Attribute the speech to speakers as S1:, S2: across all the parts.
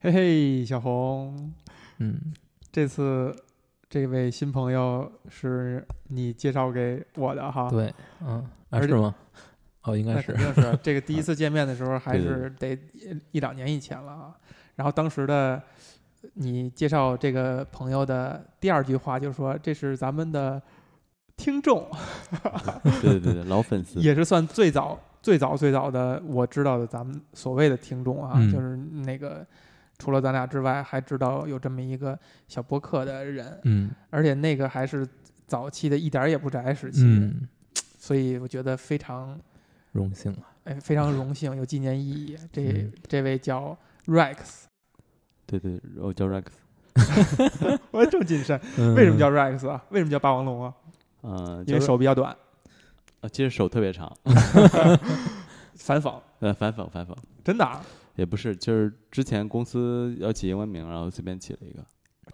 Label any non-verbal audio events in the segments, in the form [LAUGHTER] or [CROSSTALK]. S1: 嘿嘿，小红，
S2: 嗯，
S1: 这次这位新朋友是你介绍给我的哈，
S2: 对，嗯，啊
S1: 而且
S2: 是吗？哦，应
S1: 那
S2: 该
S1: 肯
S2: 是，啊
S1: 定是这个
S2: [LAUGHS]
S1: 第一次见面的时候还
S3: 对对
S1: 是得一一两年以前了啊。然后当时的你介绍这个朋友的第二句话就是说这是咱们的听众，
S3: 对对对对，老粉丝，
S1: 也是算最早最早最早的我知道的咱们所谓的听众啊，
S2: 嗯
S1: 就是那个除了咱俩之外还知道有这么一个小播客的人，
S2: 嗯
S1: 而且那个还是早期的一点儿也不宅时期，
S2: 嗯，
S1: 所以我觉得非常
S2: 荣幸啊，
S1: 哎非常荣幸，有纪念意义。这、
S2: 嗯
S1: 这位叫 Rex，
S3: 对对，我叫 Rex，
S1: [LAUGHS] 我正谨慎。
S2: 嗯
S1: 为什么叫 Rex 啊？为什么叫霸王龙啊？
S3: 嗯，
S1: 因为
S3: 叫
S1: 手比较短，
S3: 啊，其实手特别长，
S1: 反讽，
S3: 呃，反讽反讽
S1: 真的啊
S3: 也不是，就是之前公司要起英文名，然后随便起了一个，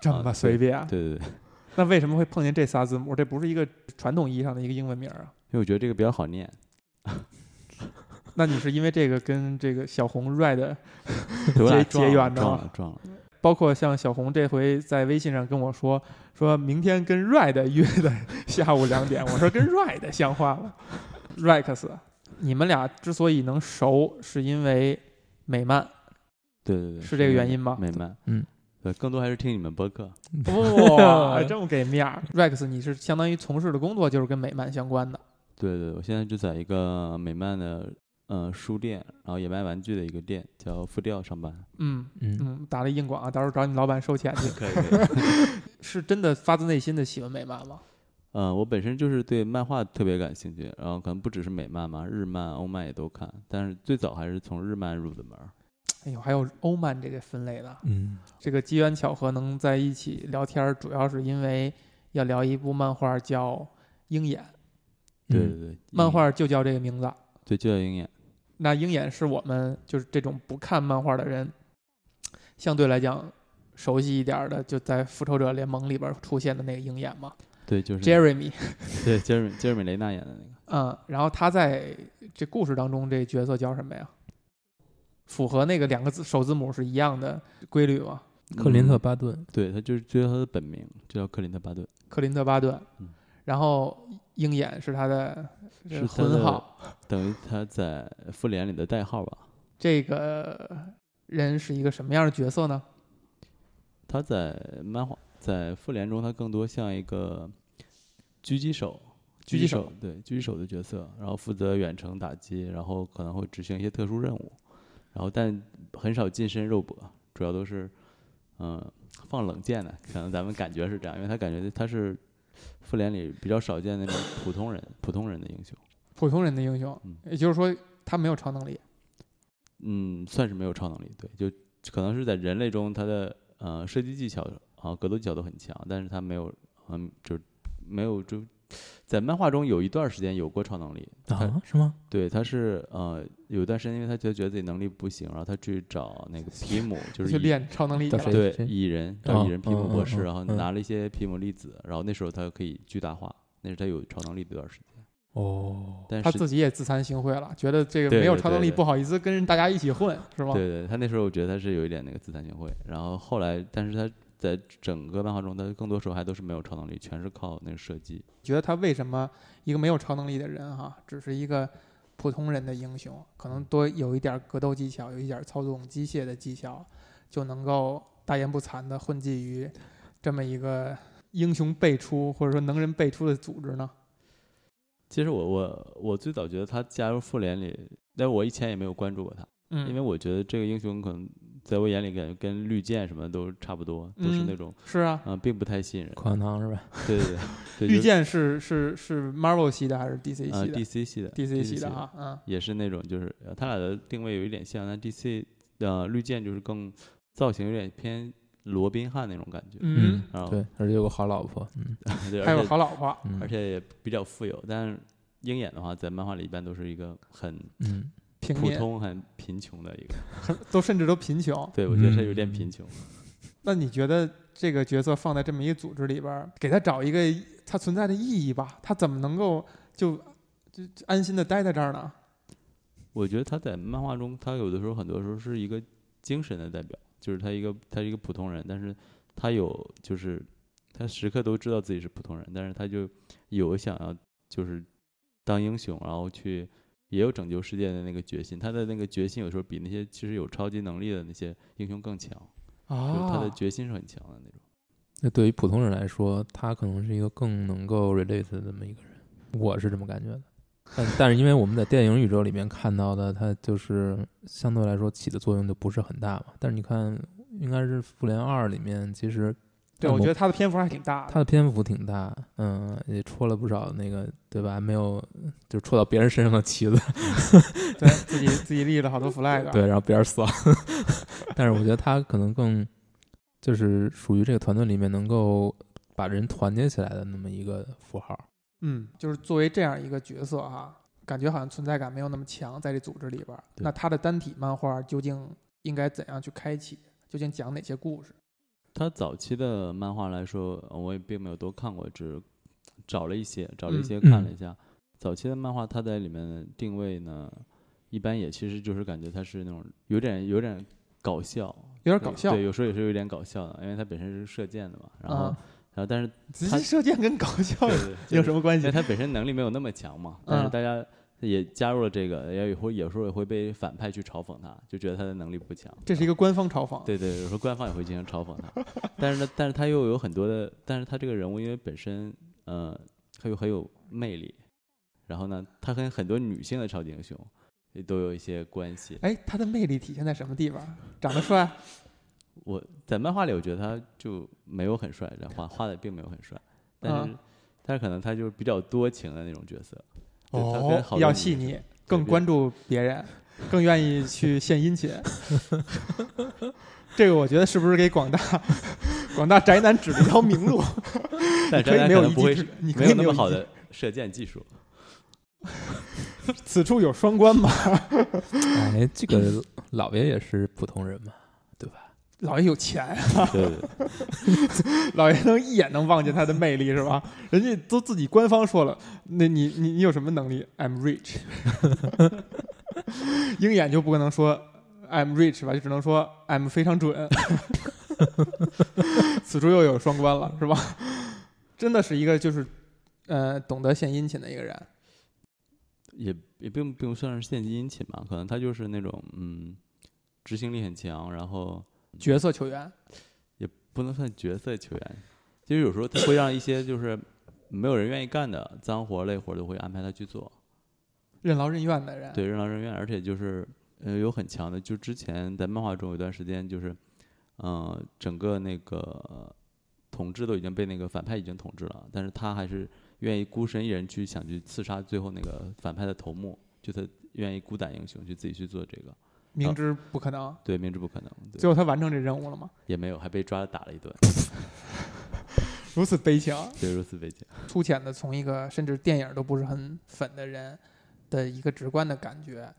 S1: 这么随便、啊
S3: 对对对，因
S1: 那为什么会碰见这仨字母？这不是一个传统意义上的一个英文名啊？
S3: 为我觉得这个比较好念，
S1: 那你是因为这个跟这个小红 Red，
S3: 对我俩
S1: 结
S3: 撞了
S1: 结缘的
S3: 撞
S1: 吗
S3: 了撞了，
S1: 包括像小红这回在微信上跟我说，说明天跟 Red 约的下午两点，我说跟 Red 像话了。Rex，你们俩之所以能熟，是因为美漫
S3: 对对对，
S1: 是这个原因吗
S3: 美漫，
S2: 嗯，
S3: 对，更多还是听你们播客，
S1: [LAUGHS] 哇，这么给面儿。Rex，你是相当于从事的工作就是跟美漫相关的，
S3: 对对，对我现在就在一个美漫的呃书店，然后也卖玩具的一个店，叫复调上班，
S1: 嗯
S2: 嗯
S1: 嗯，打了硬广啊，到时候找你老板收钱去。 [LAUGHS]
S3: 可以可以，
S1: 是真的发自内心的喜欢美漫吗？
S3: 呃，我本身就是对漫画特别感兴趣，然后可能不只是美漫嘛，日漫、欧漫也都看，但是最早还是从日漫入的门儿。
S1: 哎呦，还有欧漫这个分类呢。
S2: 嗯
S1: 这个机缘巧合能在一起聊天儿，主要是因为要聊一部漫画叫《鹰眼》，
S3: 对
S2: 嗯
S3: 对对，
S1: 漫
S3: 鹰
S1: 画就叫这个名字。
S3: 对就叫鹰眼，
S1: 那鹰眼是我们就是这种不看漫画的人，相对来讲熟悉一点儿的，就在《复仇者联盟》里边儿出现的那个鹰眼嘛
S3: 对就是那个
S1: ，Jeremy。
S3: 对杰瑞杰瑞米雷纳演的那个，
S1: 嗯，然后他在这故事当中这角色叫什么呀？符合那个两个字首字母是一样的规律吗？
S2: 克林特
S3: 嗯
S2: 巴顿，
S3: 对他就是就是他的本名就叫克林特巴顿，
S1: 克林特·巴顿
S3: 嗯，
S1: 然后鹰眼是他的
S3: 是他
S1: 魂
S3: 的
S1: 号。
S3: 等于他在复联里的代号吧。
S1: 这个人是一个什么样的角色呢？
S3: 他在漫画在复联中，他更多像一个狙击手，
S1: 狙击
S3: 击
S1: 手
S3: 手对狙击手的角色，然后负责远程打击，然后可能会执行一些特殊任务，然后但很少近身肉搏，主要都是嗯放冷箭的，可能咱们感觉是这样，因为他感觉他是复联里比较少见的那种普通人，普通人的英雄，
S1: 普通人的英雄
S3: 嗯，
S1: 也就是说他没有超能力。
S3: 嗯，算是没有超能力，对，就可能是在人类中他的呃射击技巧啊、格斗技巧都很强，但是他没有，嗯，就是没有就在漫画中有一段时间有过超能力，他
S2: 啊，是吗？
S3: 对，他是呃有一段时间，因为他觉得觉得自己能力不行，然后他去找那个皮姆，就是
S1: 去
S3: 蚁
S1: 练超能力去
S2: 对
S1: 了。
S3: 对
S2: 谁
S3: 蚁人，
S2: 哦
S3: 找蚁人皮姆
S2: 嗯
S3: 博
S2: 嗯
S3: 士，
S2: 嗯
S3: 然后
S2: 嗯
S3: 拿了一些皮姆粒子，然后那时候他可以巨大化，那是他有超能力的一段时间，
S2: 哦，
S3: 但
S1: 他
S3: 是
S1: 自己也自惭形秽了，觉得这个
S3: 对
S1: 没有
S3: 对
S1: 超能
S3: 对
S1: 力
S3: 对
S1: 不好意思跟大家一起混，是吗？
S3: 对对，他那时候我觉得他是有一点那个自惭形秽，然后后来，但是他在整个漫画中，他更多时候还都是没有超能力，全是靠那个射击。
S1: 觉得他为什么一个没有超能力的人哈、只是一个普通人的英雄，可能多有一点格斗技巧，有一点操纵机械的技巧，就能够大言不惭的混迹于这么一个英雄辈出或者说能人辈出的组织呢？
S3: 其实我我我最早觉得他加入复联里，但我以前也没有关注过他，
S1: 嗯，
S3: 因为我觉得这个英雄可能在我眼里感觉跟绿箭什么的都差不多，都是
S1: 嗯
S3: 那种
S1: 是啊，
S3: 嗯、呃并不太吸引人。
S2: 口香糖是吧？
S1: [LAUGHS]
S3: 对对对，对
S1: 御
S3: 就
S1: 剑是是是 Marvel 系的还是 DC 系
S3: 呃
S1: 的
S3: DC 系的
S1: ？DC 系
S3: 的
S1: 的哈，嗯，
S3: 也是那种就是呃他俩的定位有一点像，但 DC 呃绿箭就是更造型有点偏罗宾汉那种感觉。
S1: 嗯，
S3: 然后
S2: 对，而且有个好老婆，嗯
S3: 对，
S1: 还
S3: 而
S1: 有
S3: 且
S1: 好老婆，
S2: 嗯，
S3: 而且也比较富有。但是鹰眼的话，在漫画里一般都是一个很
S2: 嗯，
S1: 平
S3: 普
S1: 民
S3: 通、很贫穷的一个。
S1: 都甚至都贫穷。
S3: 对，我觉得他
S2: 嗯
S3: 有点贫穷。
S1: 那你觉得这个角色放在这么一个组织里边儿，给他找一个他存在的意义吧？他怎么能够就就就安心的待在这儿呢？
S3: 我觉得他在漫画中，他有的时候很多时候是一个精神的代表，就是他一个他是一个普通人，但是他有就是他时刻都知道自己是普通人，但是他就有想要就是当英雄，然后去也有拯救世界的那个决心。他的那个决心有时候比那些其实有超级能力的那些英雄更强，就是他的
S1: 啊，
S3: 决心是很强的那种。
S2: 那对于普通人来说，他可能是一个更能够 relate 的这么一个人，我是这么感觉的。但但是因为我们在电影宇宙里面看到的，它就是相对来说起的作用就不是很大嘛。但是你看，应该是《复联二》里面，其实
S1: 对，我觉得他的篇幅还挺大的。
S2: 他的篇幅挺大，嗯，也戳了不少那个对吧？没有就戳到别人身上的旗子，
S1: 对自己自己立了好多
S3: [LAUGHS]
S1: flag。
S2: 对，然后别人死了。 [LAUGHS] 但是我觉得他可能更就是属于这个团队里面能够把人团结起来的那么一个符号。
S1: 嗯，就是作为这样一个角色哈，感觉好像存在感没有那么强，在这组织里边儿。
S3: 对
S1: 那他的单体漫画究竟应该怎样去开启？究竟讲哪些故事？
S3: 他早期的漫画来说，呃我也并没有多看过，只找了一些，找了一
S1: 嗯
S3: 些看了
S2: 嗯
S3: 一下。早期的漫画，它在里面的定位呢，一般也其实就是感觉它是那种有点有点搞笑，
S1: 有点
S3: 对
S1: 搞笑。
S3: 对，有时候也是有点搞笑的，因为它本身是射箭的嘛。然后，
S1: 啊，
S3: 然后但是
S1: 直
S3: 他
S1: 接射箭跟搞笑
S3: 对对
S1: 有什么关
S3: 因
S1: 系
S3: 为？他本身能力没有那么强嘛，但是
S1: 嗯
S3: 大家也加入了这个，也会有时候也会被反派去嘲讽他，就觉得他的能力不强。
S1: 这是一个官方嘲讽。
S3: 对对，有时候官方也会进行嘲讽他，但是呢，但是他又有很多的，但是他这个人物因为本身，呃，他又很有魅力，然后呢，他跟很多女性的超级英雄也都有一些关系。
S1: 哎，他的魅力体现在什么地方？长得帅，
S3: 我在漫画里，我觉得他就没有很帅，画画的并没有很帅，但
S1: 嗯
S3: 是、但是可能他就是比较多情的那种角色，对他跟好多
S1: 比较哦
S3: 女
S1: 细
S3: 生
S1: 腻，更
S3: 比
S1: 关注别人，更愿意去献殷勤。 [LAUGHS] 这个我觉得是不是给广大 [LAUGHS] 广大宅男指了一条明
S3: [LAUGHS]
S1: 路？
S3: 但
S1: 可
S3: 是
S1: 以
S3: 他
S1: 没
S3: 可
S1: 有
S3: 能
S1: 一
S3: 不会
S1: 技之，你可
S3: 没有
S1: 以
S3: 那
S1: 没有
S3: 么好
S1: 一技
S3: 的射箭技
S1: [LAUGHS]
S3: 术。
S1: 之，此处有双关吧？
S2: 哎，这个老爷也是普通人嘛，
S1: [LAUGHS] 老爷有钱， [LAUGHS]
S3: 对对对，
S1: 老爷能一眼能望见他的魅力是 [LAUGHS] 吧？人家都自己官方说了，那你你你有什么能力？I'm rich，鹰眼就不可能说 I'm rich 吧，就只能说 I'm 非常 [LAUGHS] 准。此处又有双关了是吧？真的是一个就是呃懂得献殷勤的一个人。
S3: 也也并并不算是献祭殷勤吧，可能他就是那种嗯，执行力很强，然后
S1: 角色球员，
S3: 不能算角色球员，其实有时候他会让一些就是没有人愿意干的脏活累活都会安排他去做，
S1: 任劳任怨的人。
S3: 对，任劳任怨，而且就是呃有很强的，就之前在漫画中有段时间就是，呃，整个那个统治都已经被那个反派已经统治了，但是他还是愿意孤身一人去想去刺杀最后那个反派的头目，就他愿意孤胆英雄，就自己去做这个，
S1: 明知不可能，
S3: 对，明知不可能，对
S1: 最后他完成这任务了吗？
S3: 也没有，还被抓了打了一顿，
S1: 如此悲情，
S3: 对，如此卑贱，
S1: 粗浅的从一个甚至电影都不是很粉的人的一个直观的感觉。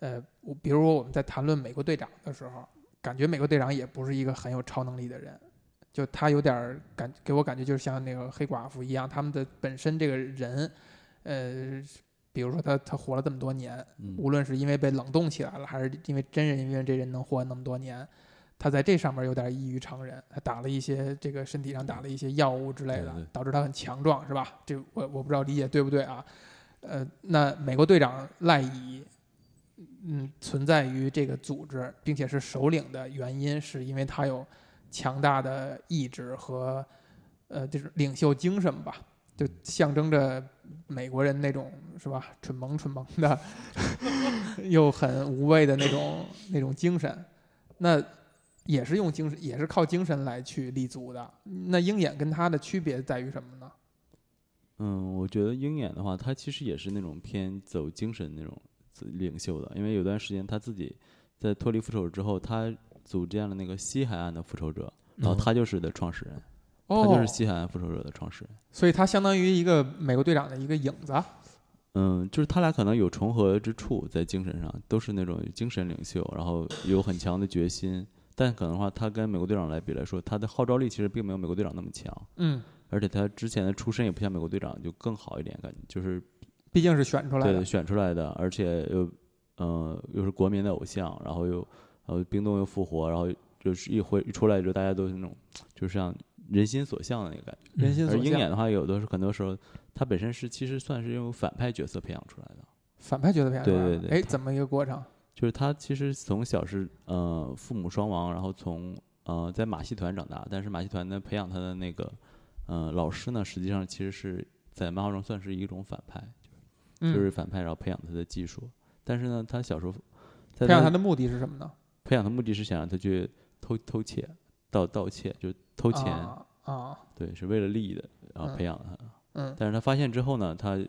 S1: 呃，我比如我们在谈论美国队长的时候，感觉美国队长也不是一个很有超能力的人，就他有点儿感给我感觉就是像那个黑寡妇一样，他们的本身这个人，呃，比如说他他活了这么多年，
S3: 嗯，
S1: 无论是因为被冷冻起来了，还是因为真人因为这人能活那么多年，他在这上面有点异于常人，他打了一些这个身体上打了一些药物之类的
S3: 对对，
S1: 导致他很强壮，是吧？这我我不知道理解对不对啊？呃，那美国队长赖以嗯存在于这个组织，并且是首领的原因，是因为他有强大的意志和呃就是领袖精神吧。
S3: 嗯
S1: 就象征着美国人那种是吧，蠢萌蠢萌的， [LAUGHS] 又很无畏的那种那种精神，那也是用精神，也是靠精神来去立足的。那鹰眼跟他的区别在于什么呢？
S3: 嗯，我觉得鹰眼的话，他其实也是那种偏走精神那种自领袖的，因为有段时间他自己在脱离复仇者之后，他组建了那个西海岸的复仇者，然后
S2: 嗯
S3: 他就是的创始人，他就
S1: 哦
S3: 是，西海岸复仇者的创始人。
S1: 所以他相当于一个美国队长的一个影子啊。
S3: 嗯，就是他俩可能有重合之处，在精神上都是那种精神领袖，然后有很强的决心。但可能的话，他跟美国队长来比来说，他的号召力其实并没有美国队长那么强，
S1: 嗯，
S3: 而且他之前的出身也不像美国队长就更好一点，感觉就是
S1: 毕竟是选出来
S3: 对，嗯
S1: 的。
S3: 选出来的，而且又，呃，又是国民的偶像，然后又，呃，冰冻又复活，然后就是一回一出来之后，大家都是那种就是像人心所向的那个感觉。
S2: 嗯
S1: 人心所
S3: 而鹰眼
S1: 向，
S3: 的话，有的是很多时候，他本身是其实算是用反派角色培养出来的，
S1: 反派角色培养出来
S3: 对
S1: 了
S3: 对对
S1: 哎，怎么一个过程？
S3: 就是他其实从小是呃父母双亡，然后从呃在马戏团长大，但是马戏团呢培养他的那个呃老师呢，实际上其实是在漫画中算是一种反派，
S1: 嗯，
S3: 就是反派，然后培养他的技术。但是呢，他小时候在
S1: 培养他的目的是什么呢？
S3: 培养的目的是想让他去偷偷窃、盗盗窃，就是偷钱，
S1: 啊啊，
S3: 对，是为了利益的，然后培养他。
S1: 嗯
S3: 但是他发现之后呢，他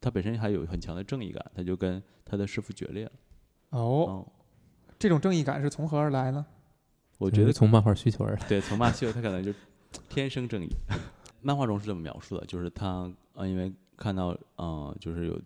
S3: 他本身还有很强的正义感，他就跟他的师傅决裂了。
S1: 哦，
S3: 嗯，
S1: 这种正义感是从何而来呢？
S3: 我
S2: 我
S1: 嗯
S3: 觉得 [LAUGHS]
S2: 从漫画需求而来。
S3: 对，从马修他可能就天生正义。 [LAUGHS] 漫画中是这么描述的，就是他呃，因为看到嗯、呃就是有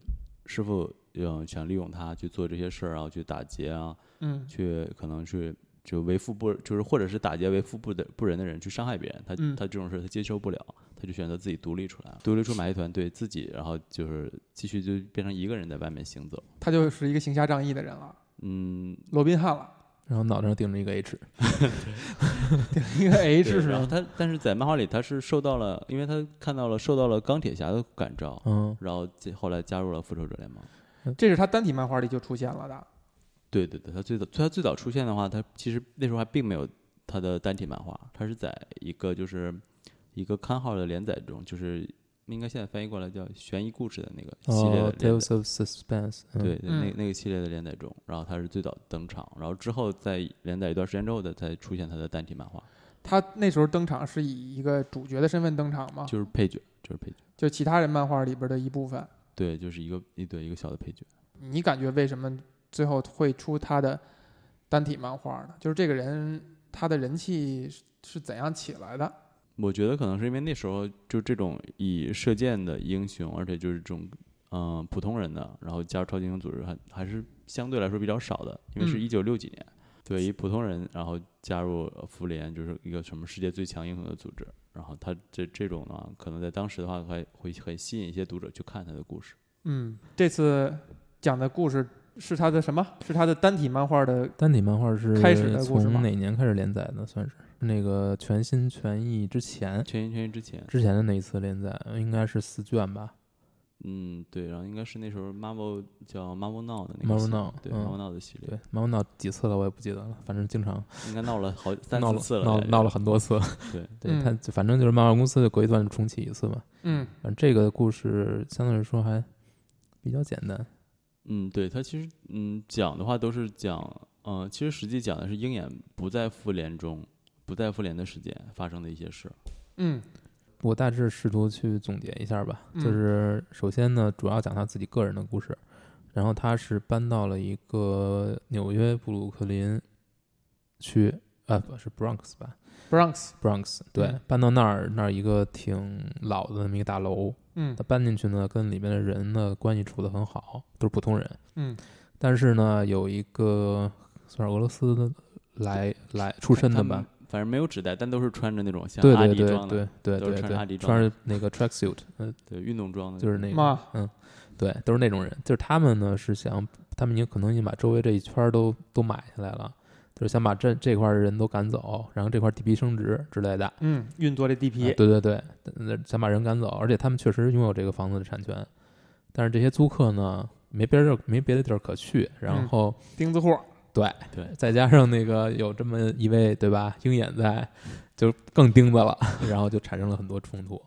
S3: 师傅嗯想利用他去做这些事儿啊，去打劫啊，
S1: 嗯
S3: 去可能去就为富不就是或者是打劫为富不的不仁的人去伤害别人，他、
S1: 嗯
S3: 他这种事他接受不了，他就选择自己独立出来了，独立出马戏团对自己，然后就是继续就变成一个人在外面行走。
S1: 他就是一个行侠仗义的人了，
S3: 嗯，
S1: 罗宾汉
S3: [LAUGHS]
S1: 了，
S2: 然后脑袋上顶着一个 H，
S1: 顶一个 H
S3: 对
S1: 是啊
S3: 然后
S1: 吧？
S3: 他，但是在漫画里他是受到了，因为他看到了受到了钢铁侠的感召，
S2: 嗯，
S3: 然后这后来加入了复仇者联盟。
S1: 这是他单体漫画里就出现了的。
S3: 对对对，他最早他最早出现的话，他其实那时候还并没有他的单体漫画，他是在一个就是一个刊号的连载中，就是应该现在翻译过来叫悬疑故事的那个系列的
S2: 哦
S3: 连载。
S2: ，Tales of Suspense，嗯
S3: 对，，那
S1: 嗯
S3: 那个系列的连载中，然后他是最早登场，然后之后在连载一段时间之后的才出现他的单体漫画，
S1: 他那时候登场是以一个主角的身份登场嘛，
S3: 就是配角，就是配角，
S1: 就其他人漫画里边的一部分。
S3: 对，就是一个一对一个小的配角。
S1: 你感觉为什么最后会出他的单体漫画呢？就是这个人他的人气是是怎样起来的？
S3: 我觉得可能是因为那时候就这种以射箭的英雄，而且就是这种嗯、呃普通人的，然后加入超级英雄组织还还是相对来说比较少的，因为是
S1: 嗯
S3: 一九六几年，对一普通人然后加入呃复联就是一个什么世界最强英雄的组织，然后他这这种呢，可能在当时的话会会很吸引一些读者去看他的故事。
S1: 嗯，这次讲的故事是他的什么？是他的单体漫画的
S2: 单体漫画是
S1: 开始的故事吗
S2: 从哪年开始连载的？算是那个全心全意之前
S3: 全心全意之前，
S2: 之前的那一次连载，应该是四卷吧
S3: 嗯对，然后应该是那时候 Marvel 叫 Marvel Now 的那个
S2: ，Marvel
S3: 系
S2: Now，
S3: 对、
S2: 嗯
S3: Marvel Now 的系列，
S2: 对，Marvel Now 几次了我也不记得了，反正经常
S3: 应该闹了好三
S2: 闹
S3: 四
S2: 了
S3: 次
S2: 闹
S3: 了，
S2: 闹了很
S1: [LAUGHS]
S2: 多次。
S3: 对，
S2: 对
S1: 嗯
S2: 他，反正就是漫画公司就隔一段重启一次嘛。
S1: 嗯
S2: 反正这个故事相对来说还比较简单，
S3: 嗯，对，他其实嗯讲的话都是讲，嗯、其实实际讲的是鹰眼不在复联中，不在复联的时间发生的一些事。
S1: 嗯
S2: 我大致试图去总结一下吧，
S1: 嗯
S2: 就是首先呢，主要讲他自己个人的故事，然后他是搬到了一个纽约布鲁克林区，啊，不是 Bronx 吧
S1: ，Bronx，
S2: ，Bronx 对，
S1: 嗯
S2: 搬到那儿那儿一个挺老的那么一个大楼，
S1: 嗯
S2: 他搬进去呢，跟里面的人呢关系处得很好，都是普通人，
S1: 嗯，
S2: 但是呢，有一个算是俄罗斯的来来出身的
S3: 他
S2: 吧
S3: 们，反正没有纸袋，但都是穿着那种像
S2: 对
S3: 阿
S2: 对
S3: 迪
S2: 对
S3: 装的，
S2: 对对
S3: 都是
S2: 对
S3: 穿阿迪
S2: 对，
S3: 装
S2: 穿
S3: 的
S2: 着那个 tracksuit，呃，
S3: 对运动装的，
S2: 就是那个，嗯
S1: 嘛，
S2: 对，都是那种人，就是他们呢是想，他们已经可能已经把周围这一圈儿都都买下来了，就是想把这这块儿的人都赶走，然后这块儿地皮升值之类的，啊
S1: 嗯，运作这地皮，
S2: 对对对，呃想把人赶走，而且他们确实拥有这个房子的产权，但是这些租客呢没别的没别的地儿可去，然
S1: 嗯
S2: 后
S1: 钉子户，
S2: 再加上那个有这么一位对吧，鹰眼在，就更钉子了， [LAUGHS] 然后就产生了很多冲突。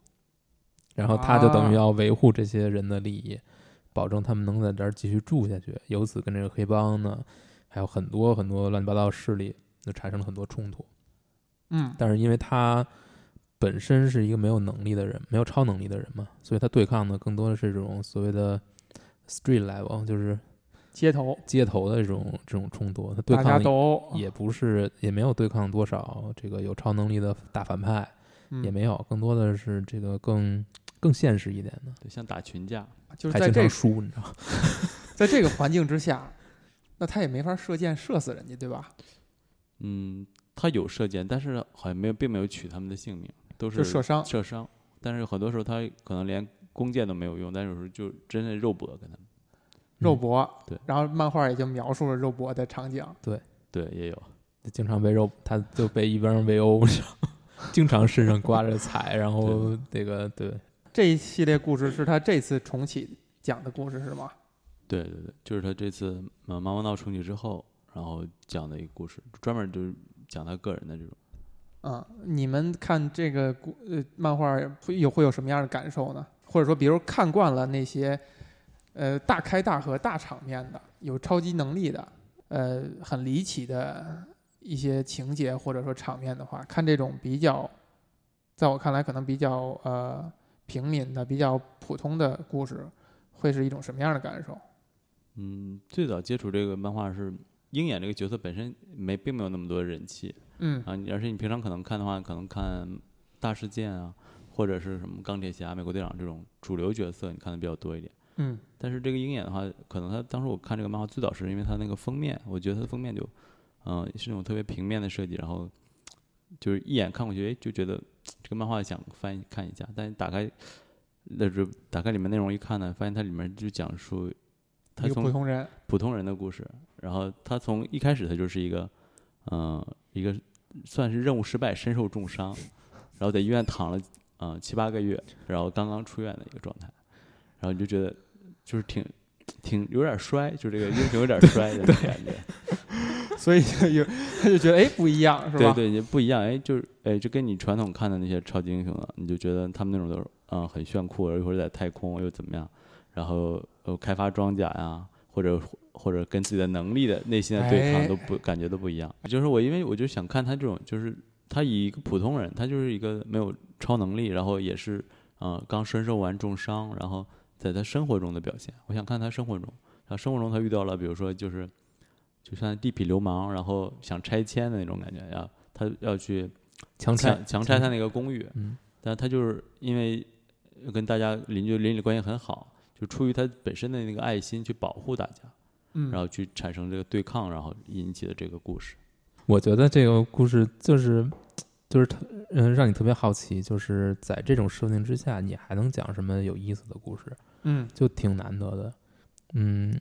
S2: 然后他就等于要维护这些人的利益，保证他们能在这儿继续住下去。由此跟这个黑帮呢，还有很多很多乱七八糟的势力，就产生了很多冲突。
S1: 嗯
S2: 但是因为他本身是一个没有能力的人，没有超能力的人嘛，所以他对抗的更多的是这种所谓的 street level，就是
S1: 街头
S2: 街头的这种这种冲突。他对
S1: 大
S2: 抗
S1: 家
S2: 的
S1: 都
S2: 也不是也没有对抗多少这个有超能力的大反派，也
S1: 嗯，
S2: 没有，更多的是这个更更现实一点的，
S3: 对像打群架，
S1: 就是
S2: 还
S1: 在
S2: 经
S1: 这
S2: 常输，你知道吗？
S1: 在这个环境之下，那他也没法射箭射死人家，对吧？
S3: 嗯，他有射箭，但是好像没有，并没有取他们的性命，都
S1: 就是射伤，
S3: 射伤，但是很多时候他可能连弓箭都没有用，但有时候就真的肉搏跟他们，
S1: 肉搏，
S3: 对
S1: 然后漫画也就描述了肉搏的场景，
S3: 对，也有，
S2: 经常被肉，他就被一帮 VO 上， [LAUGHS] 经常身上挂着彩，然后这个对，
S1: 这一系列故事是他这次重启讲的故事是吗？
S3: 对对对，就是他这次呃妈妈闹重启之后，然后讲的一个故事，专门就是讲他个人的这种。
S1: 嗯，你们看这个故呃漫画会有会有什么样的感受呢？或者说，比如看惯了那些呃大开大合、大场面的、有超级能力的、呃很离奇的一些情节或者说场面的话，看这种比较，在我看来可能比较呃平民的、比较普通的故事，会是一种什么样的感受？
S3: 嗯，最早接触这个漫画是鹰眼这个角色本身没并没有那么多人气
S1: 嗯
S3: 啊，你而且你平常可能看的话，可能看大事件啊，或者是什么钢铁侠、美国队长这种主流角色，你看的比较多一点。
S1: 嗯
S3: 但是这个鹰眼的话，可能他当时我看这个漫画最早是因为它那个封面，我觉得它的封面就，嗯、是那种特别平面的设计，然后就是一眼看过去，哎，就觉得这个漫画想翻一看一下，但打开，那呃就打开里面内容一看呢，发现它里面就讲述他
S1: 一个普
S3: 从
S1: 通人，
S3: 普通人的故事，然后他从一开始他就是一个，嗯、一个算是任务失败，身受重伤，
S1: [LAUGHS]
S3: 然后在医院躺了嗯、呃七八个月，然后刚刚出院的一个状态，然后你就觉得就是挺挺有点衰，就这个英雄有点衰
S1: [LAUGHS]
S3: 的那种感觉，
S1: 所以就有他就觉得哎不一样是吧？
S3: 对对，你不一样，哎，就是哎，就跟你传统看的那些超级英雄啊，你就觉得他们那种都是嗯很炫酷，然后一会儿在太空又怎么样，然后呃开发装甲呀、或者或者跟自己的能力的内心的对
S1: 哎
S3: 抗都不、感觉都不一样。就是我因为我就想看他这种，就是他以一个普通人，他就是一个没有超能力，然后也是嗯、呃刚身受完重伤，然后在他生活中的表现，我想看他生活中。然后生活中他遇到了，比如说就是，就像地痞流氓，然后想拆迁的那种感觉呀，他要去
S2: 强
S3: 拆
S2: 抢
S3: 强拆他那个公寓，
S2: 嗯，
S3: 但他就是因为跟大家邻居邻里关系很好，就出于他本身的那个爱心去保护大家，
S1: 嗯，
S3: 然后去产生这个对抗，然后引起的这个故事。
S2: 我觉得这个故事就是就是特嗯，让你特别好奇，就是在这种设定之下，你还能讲什么有意思的故事，
S1: 嗯
S2: 就挺难得的。嗯，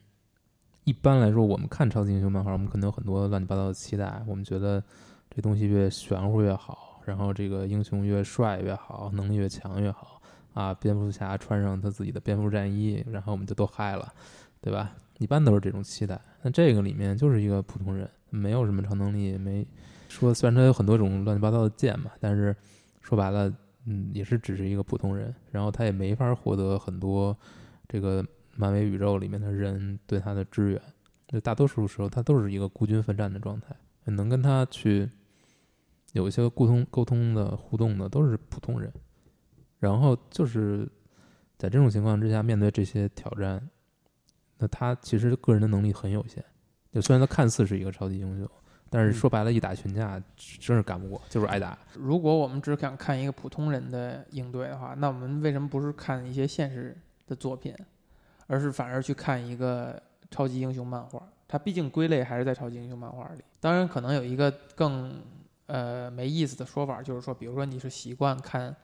S2: 一般来说，我们看超级英雄漫画，我们可能有很多乱七八糟的期待，我们觉得这东西越玄乎越好，然后这个英雄越帅越好，能力越强越好啊！蝙蝠侠穿上他自己的蝙蝠战衣，然后我们就都嗨了，对吧？一般都是这种期待。那这个里面就是一个普通人，没有什么超能力，没说虽然他有很多种乱七八糟的剑嘛，但是说白了，嗯，也是只是一个普通人，然后他也没法获得很多这个漫威宇宙里面的人对他的支援。就大多数时候，他都是一个孤军奋战的状态，能跟他去有一些沟通、沟通的互动的都是普通人。然后就是在这种情况之下，面对这些挑战，那他其实个人的能力很有限。就虽然他看似是一个超级英雄，但是
S1: 嗯
S2: 说白了，一打群架真是干不过，就是挨打。
S1: 如果我们只想看一个普通人的应对的话，那我们为什么不是看一些现实的作品，而是反而去看一个超级英雄漫画？它毕竟归类还是在超级英雄漫画里。当然，可能有一个更呃没意思的说法，就是说，比如说你是习惯看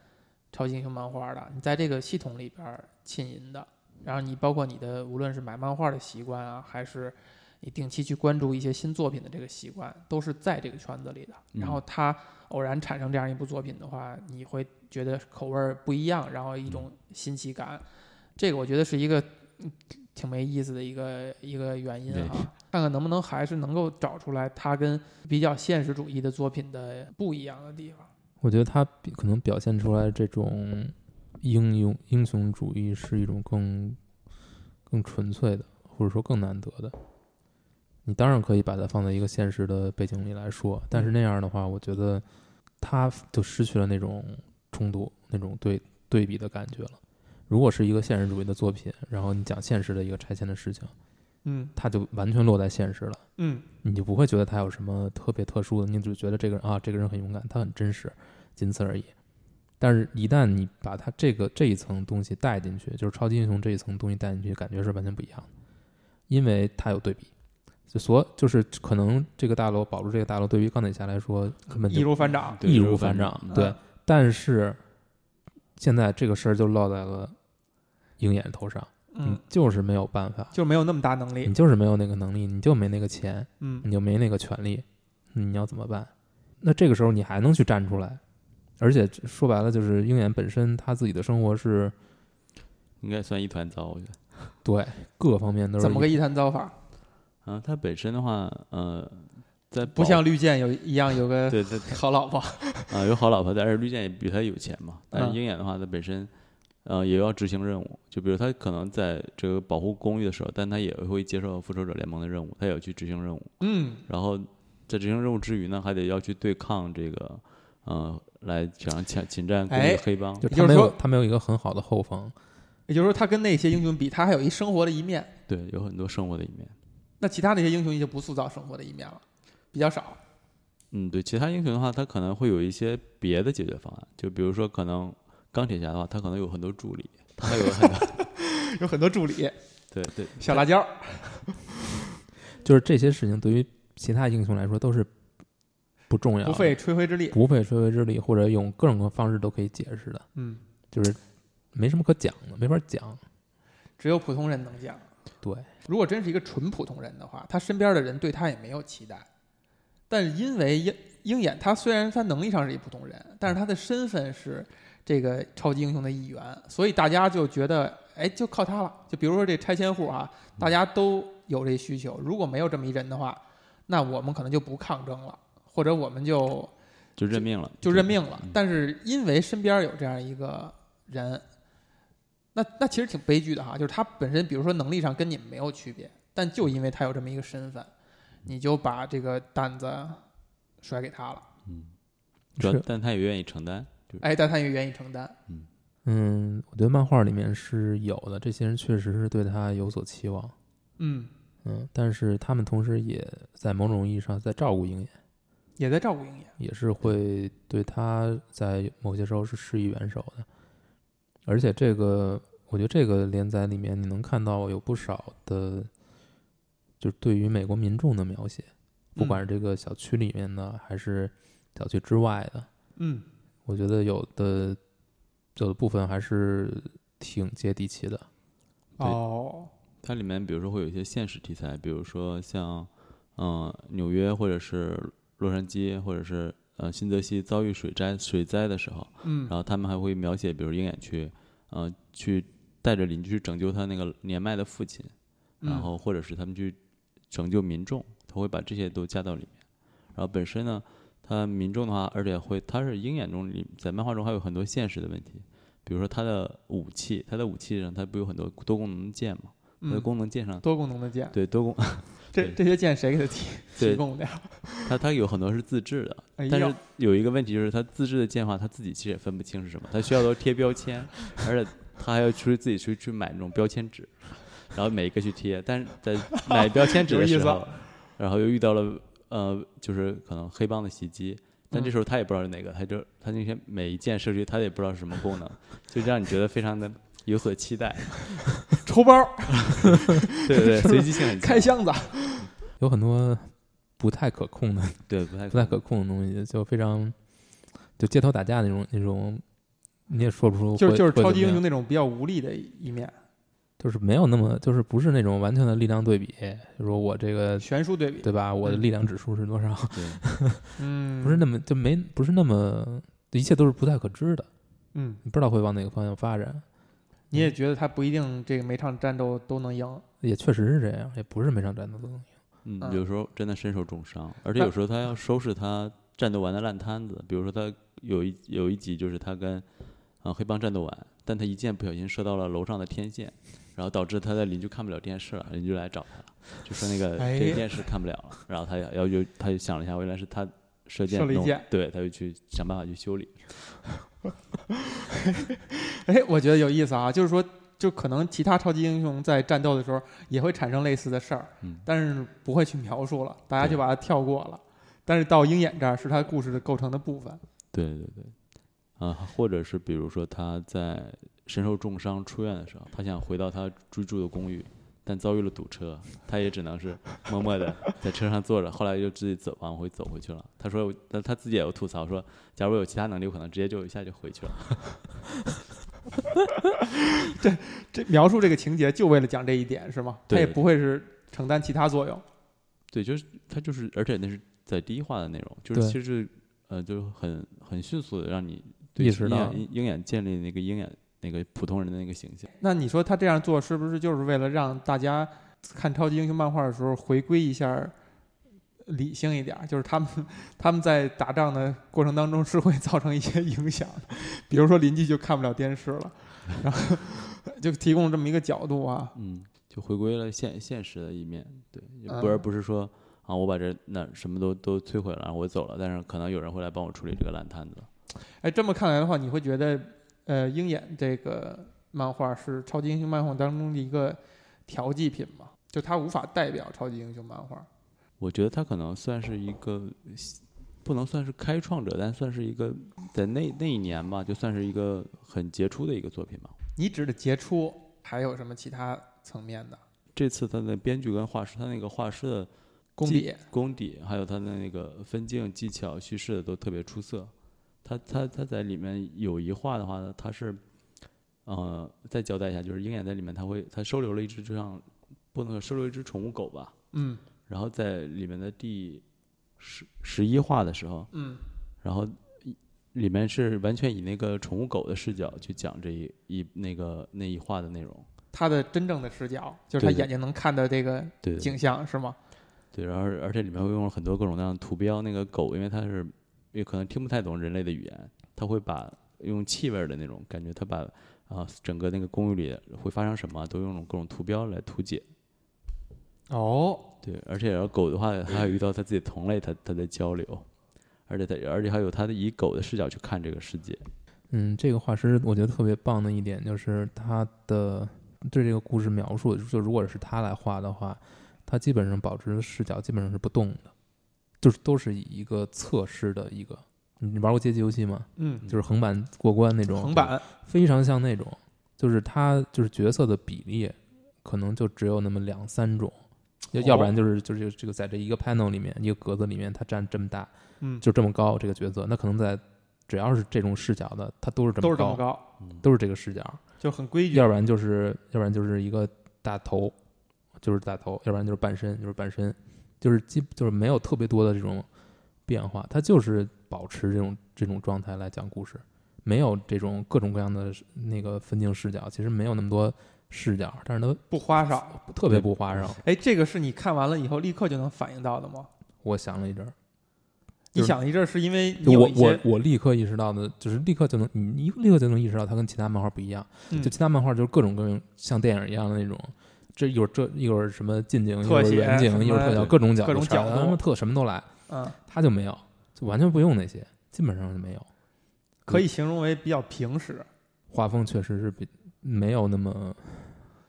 S1: 超级英雄漫画的，你在这个系统里边儿浸淫的，然后你包括你的无论是买漫画的习惯啊，还是你定期去关注一些新作品的这个习惯，都是在这个圈子里的。
S3: 嗯
S1: 然后它偶然产生这样一部作品的话，你会觉得口味儿不一样，然后一种新奇感。这个我觉得是一个嗯挺没意思的一个一个原因
S3: 对
S1: 哈、看看能不能还是能够找出来它跟比较现实主义的作品的不一样的地方。
S2: 我觉得他比可能表现出来这种英勇英雄主义是一种更更纯粹的，或者说更难得的。你当然可以把它放在一个现实的背景里来说，但是那样的话，我觉得他就失去了那种冲突、那种对对比的感觉了。如果是一个现实主义的作品，然后你讲现实的一个拆迁的事情，
S1: 嗯
S2: 它就完全落在现实了。
S1: 嗯
S2: 你就不会觉得他有什么特别特殊的，你只觉得这个人啊，这个人很勇敢，他很真实，仅此而已。但是，一旦你把他这个这一层东西带进去，就是超级英雄这一层东西带进去，感觉是完全不一样的，因为它有对比。就所就是可能这个大楼保住这个大楼，对于钢铁侠来说根本
S1: 易
S2: 就
S1: 如反掌。
S3: 对
S2: 易
S3: 易
S2: 如
S3: 如
S2: 反
S3: 反
S2: 掌
S3: 掌。
S2: 对
S1: 嗯，
S2: 但是现在这个事儿就落在了鹰眼头上，你
S1: 嗯，
S2: 就是没有办法，嗯
S1: 就没有那么大能力
S2: 你。就是没有那个能力，你就没那个钱，
S1: 嗯
S2: 你就没那个权利，你要怎么办？那这个时候你还能去站出来，而且说白了就是鹰眼本身他自己的生活是
S3: 应该算一团糟，我觉得。
S2: 对各方面都是
S1: 怎么个一摊糟法？
S3: 啊，他本身的话，呃，在
S1: 不
S3: 保
S1: 像绿箭有一样有个
S3: 对对
S1: 好老婆，
S3: 啊，有好老婆，但是绿箭也比他有钱嘛。但
S1: 嗯
S3: 是鹰眼的话，他本身呃也要执行任务，就比如他可能在这个保护公寓的时候，但他也会接受复仇者联盟的任务，他也要去执行任务。
S1: 嗯，
S3: 然后在执行任务之余呢，还得要去对抗这个呃来想抢侵占公寓
S1: 哎
S3: 的黑帮。
S2: 就
S1: 也
S2: 他
S1: 就是
S2: 没有
S1: 说
S2: 他没有一个很好的后方，
S1: 也就是说他跟那些英雄比，他还有一生活的一面，
S3: 对，有很多生活的一面。
S1: 那其他那些英雄也就不塑造生活的一面了，比较少。
S3: 嗯，对，其他英雄的话，他可能会有一些别的解决方案，就比如说可能钢铁侠的话，他可能有很多助理，他有很
S1: [LAUGHS]
S3: 多
S1: 有很多助理，
S3: 对对
S1: 小辣椒，
S2: 就是这些事情对于其他英雄来说都是不重要的，
S1: 不费吹灰之力。
S2: 不费吹灰之力，或者用各种各样的方式都可以解释的，
S1: 嗯，
S2: 就是没什么可讲的，没法讲。
S1: 只有普通人能讲。
S2: 对，
S1: 如果真是一个纯普通人的话，他身边的人对他也没有期待。但是因为鹰鹰眼，他虽然他能力上是一普通人，但是他的身份是这个超级英雄的一员，所以大家就觉得，哎，就靠他了。就比如说这拆迁户啊，
S2: 嗯
S1: 大家都有这需求。如果没有这么一人的话，那我们可能就不抗争了，或者我们就
S3: 就认命了，
S1: 就认命了
S3: 嗯。
S1: 但是因为身边有这样一个人，那那其实挺悲剧的哈。就是他本身，比如说能力上跟你们没有区别，但就因为他有这么一个身份，你就把这个担子甩给他了。
S3: 嗯，主要
S2: 是，
S3: 但他也愿意承担，就是
S1: 哎，但他也愿意承担。
S2: 嗯，我觉得漫画里面是有的，这些人确实是对他有所期望，
S1: 嗯，
S2: 嗯，但是他们同时也在某种意义上在照顾鹰眼，
S1: 也在照顾鹰眼。
S2: 也是会对他在某些时候是施以援手的。而且这个，我觉得这个连载里面你能看到有不少的，就是对于美国民众的描写，不管是这个小区里面的，还是小区之外的，
S1: 嗯，
S2: 我觉得有的有的部分还是挺接地气的。
S3: 对
S1: 哦，
S3: 它里面比如说会有一些现实题材，比如说像嗯、呃纽约或者是洛杉矶或者是呃新泽西遭遇水灾水灾的时候，
S1: 嗯
S3: 然，后他们还会描写，比如鹰眼去呃去带着邻居去拯救他那个年迈的父亲，
S1: 嗯
S3: 然后或者是他们去拯救民众，他会把这些都加到里面。然后本身呢，他民众的话，而且会他是鹰眼中里在漫画中还有很多现实的问题，比如说他的武器，他的武器上他不有很多多功能的键嘛，他的
S1: 嗯
S3: 功能键上
S1: 多功能的键，
S3: 对多功， [LAUGHS]
S1: 这
S3: 对
S1: 这些键谁给他提提 [LAUGHS]
S3: 对
S1: 供的呀？
S3: 它它有很多是自制的，
S1: 哎
S3: 但
S1: 呦
S3: 是，有一个问题就是它自制的键的话，它自己其实也分不清是什么，它需要都贴标签，而且它还要出去自己去去买那种标签纸，然后每一个去贴。但是在买标签纸
S1: 有
S3: 的
S1: 意
S3: 时
S1: 思啊
S3: 候，然后又遇到了呃，就是可能黑帮的袭击，但
S1: 嗯
S3: 这时候他也不知道是哪个，他就他那些每一件设计他也不知道是什么功能，就让你觉得非常的有所期待，
S1: 抽包、
S3: 对对对，随机性很强
S1: 开，箱子，
S2: 有很多不太可控的、
S3: 对不太
S2: 不太可控的东西，就非常就街头打架那种那种，你也说不出
S1: 就
S2: 会
S1: 是就是
S2: 会
S1: 超
S2: 怎
S1: 级
S2: 么
S1: 英
S2: 样
S1: 雄那种比较无力的一面，
S2: 就是没有那么，就是不是那种完全的力量对比，就说我这个
S1: 悬殊对比。
S2: 对吧，我的力量指数是多少， [LAUGHS]
S3: 对
S1: 嗯，
S2: 不是那么就没不是那么，一切都是不太可知的，
S1: 嗯，
S2: 你不知道会往哪个方向发展，
S1: 你
S3: 嗯
S1: 也觉得他不一定这个每场战斗都能赢。
S2: 也确实是这样，也不是每场战斗都能赢。
S3: 嗯，
S1: 嗯
S3: 有时候真的身受重伤，而且
S1: 那
S3: 有时候他要收拾他战斗完的烂摊子，比如说他有一有一集就是他跟啊黑帮战斗完，但他一箭不小心射到了楼上的天线，然后导致他的邻居看不了电视了，邻居来找他了，就说那个、
S1: 哎
S3: 这个电视看不了了，然后他要要就他就想了一下，原来是他射箭
S1: 射了一
S3: 弄
S1: 箭
S3: 对，他就去想办法去修理，
S1: 哎，我觉得有意思啊，就是说，就可能其他超级英雄在战斗的时候也会产生类似的事儿，
S3: 嗯
S1: 但是不会去描述了，大家
S3: 对
S1: 就把它跳过了。但是到鹰眼这儿是他故事的构成的部分。
S3: 对对对，啊，或者是比如说他在身受重伤出院的时候，他想回到他居住的公寓，但遭遇了堵车，他也只能是默默的在车上坐着，后来就自己走往回走回去了。他说我，但他自己也有吐槽说，假如我有其他能力，我可能直接就一下就回去了。
S1: 这描述这个情节就为了讲这一点是吗？他
S3: 对
S1: 也不会是承担其他作用。
S3: 对，就是他就是，而且那是在第一话的内容，就是
S2: 对
S3: 其实呃，就是很很迅速的让你对
S2: 意识
S3: 鹰
S2: 到
S3: 眼鹰鹰眼建立那个鹰眼那个普通人的那个形象。
S1: 那你说他这样做是不是就是为了让大家看超级英雄漫画的时候回归一下儿理性一点儿？就是他们他们在打仗的过程当中是会造成一些影响的，比如说邻居就看不了电视了，然后就提供这么一个角度啊。
S3: 嗯，就回归了现现实的一面，对，也不而
S1: 嗯
S3: 不是说啊，我把这那什么都都摧毁了，然后我走了，但是可能有人会来帮我处理这个烂摊子。
S1: 哎，这么看来的话，你会觉得呃，鹰眼这个漫画是超级英雄漫画当中的一个调剂品吗？就它无法代表超级英雄漫画。
S3: 我觉得他可能算是一个，不能算是开创者，但算是一个在那那一年吧，就算是一个很杰出的一个作品吧。
S1: 你指的杰出，还有什么其他层面的
S3: 这次他的编剧跟画师，他那个画师的
S1: 功
S3: 技
S1: 底？
S3: 功底，还有他的那个分镜技巧、叙事都特别出色。他他他在里面有一话的话呢，他是，呃，再交代一下，就是鹰眼在里面他会他收留了一只就像不能说收留一只宠物狗吧，
S1: 嗯
S3: 然后在里面的第十十一话的时候，
S1: 嗯，
S3: 然后一里面是完全以那个宠物狗的视角去讲这一一那个那一话的内容。
S1: 他的真正的视角就是他
S3: 对对
S1: 眼睛能看的这个
S3: 对对对
S1: 景象，是吗？
S3: 对，然后而且里面会用了很多各种各样的图标。那个狗，因为它是也可能听不太懂人类的语言，它会把用气味儿的那种感觉，它把啊整个那个公寓里会发生什么都用各种图标来图解。
S1: 哦，
S3: 对，而且然后狗的话，它还有遇到它自己的同类，它它在交流，而且它而且还有它的以狗的视角去看这个世界。
S2: 嗯，这个画师我觉得特别棒的一点就是他的对这个故事描述，就如果是他来画的话，他基本上保持的视角基本上是不动的，就是都是以一个测试的一个。你玩过街机游戏吗？
S1: 嗯，
S2: 就是横版过关那种，
S1: 横版，
S2: 非常像那种，就是他就是角色的比例可能就只有那么两三种，要
S1: 哦
S2: 要不然就是就是这个在这一个 panel 里面一个格子里面他占这么大，
S1: 嗯，
S2: 就这么高这个角色，那可能在只要是这种视角的，他都是这
S1: 都
S2: 么
S1: 是这
S2: 高
S1: 么，高，
S3: 嗯，
S2: 都是这个视角，
S1: 就很规矩。
S2: 要不然就是要不然就是一个大头，就是大头，要不然就是半身，就是半身，就是基就是没有特别多的这种变化，它就是保持这种这种状态来讲故事，没有这种各种各样的那个分镜视角，其实没有那么多视角，但是它
S1: 不花哨，
S2: 特别不花哨。
S1: 哎，这个是你看完了以后立刻就能反应到的吗？
S2: 我想了一阵儿，
S1: 你
S2: 就是
S1: 想一阵儿是因为你
S2: 就
S1: 有
S2: 我
S1: 一
S2: 我
S1: 些，
S2: 我立刻意识到的，就是立刻就能你你立刻就能意识到它跟其他漫画不一样。
S1: 嗯
S2: 就其他漫画就是各种各种像电影一样的那种，这一会儿这一会儿什么近景，一会儿
S1: 特写
S2: 远景，
S1: 什么
S2: 一会儿特效，
S3: 对
S2: 各种角度
S1: 各种角度
S2: 啥的他们特什么都来，
S1: 嗯，
S2: 他就没有，就完全不用那些，基本上就没有。
S1: 可以形容为比较平实，
S2: 画风确实是比没有那么，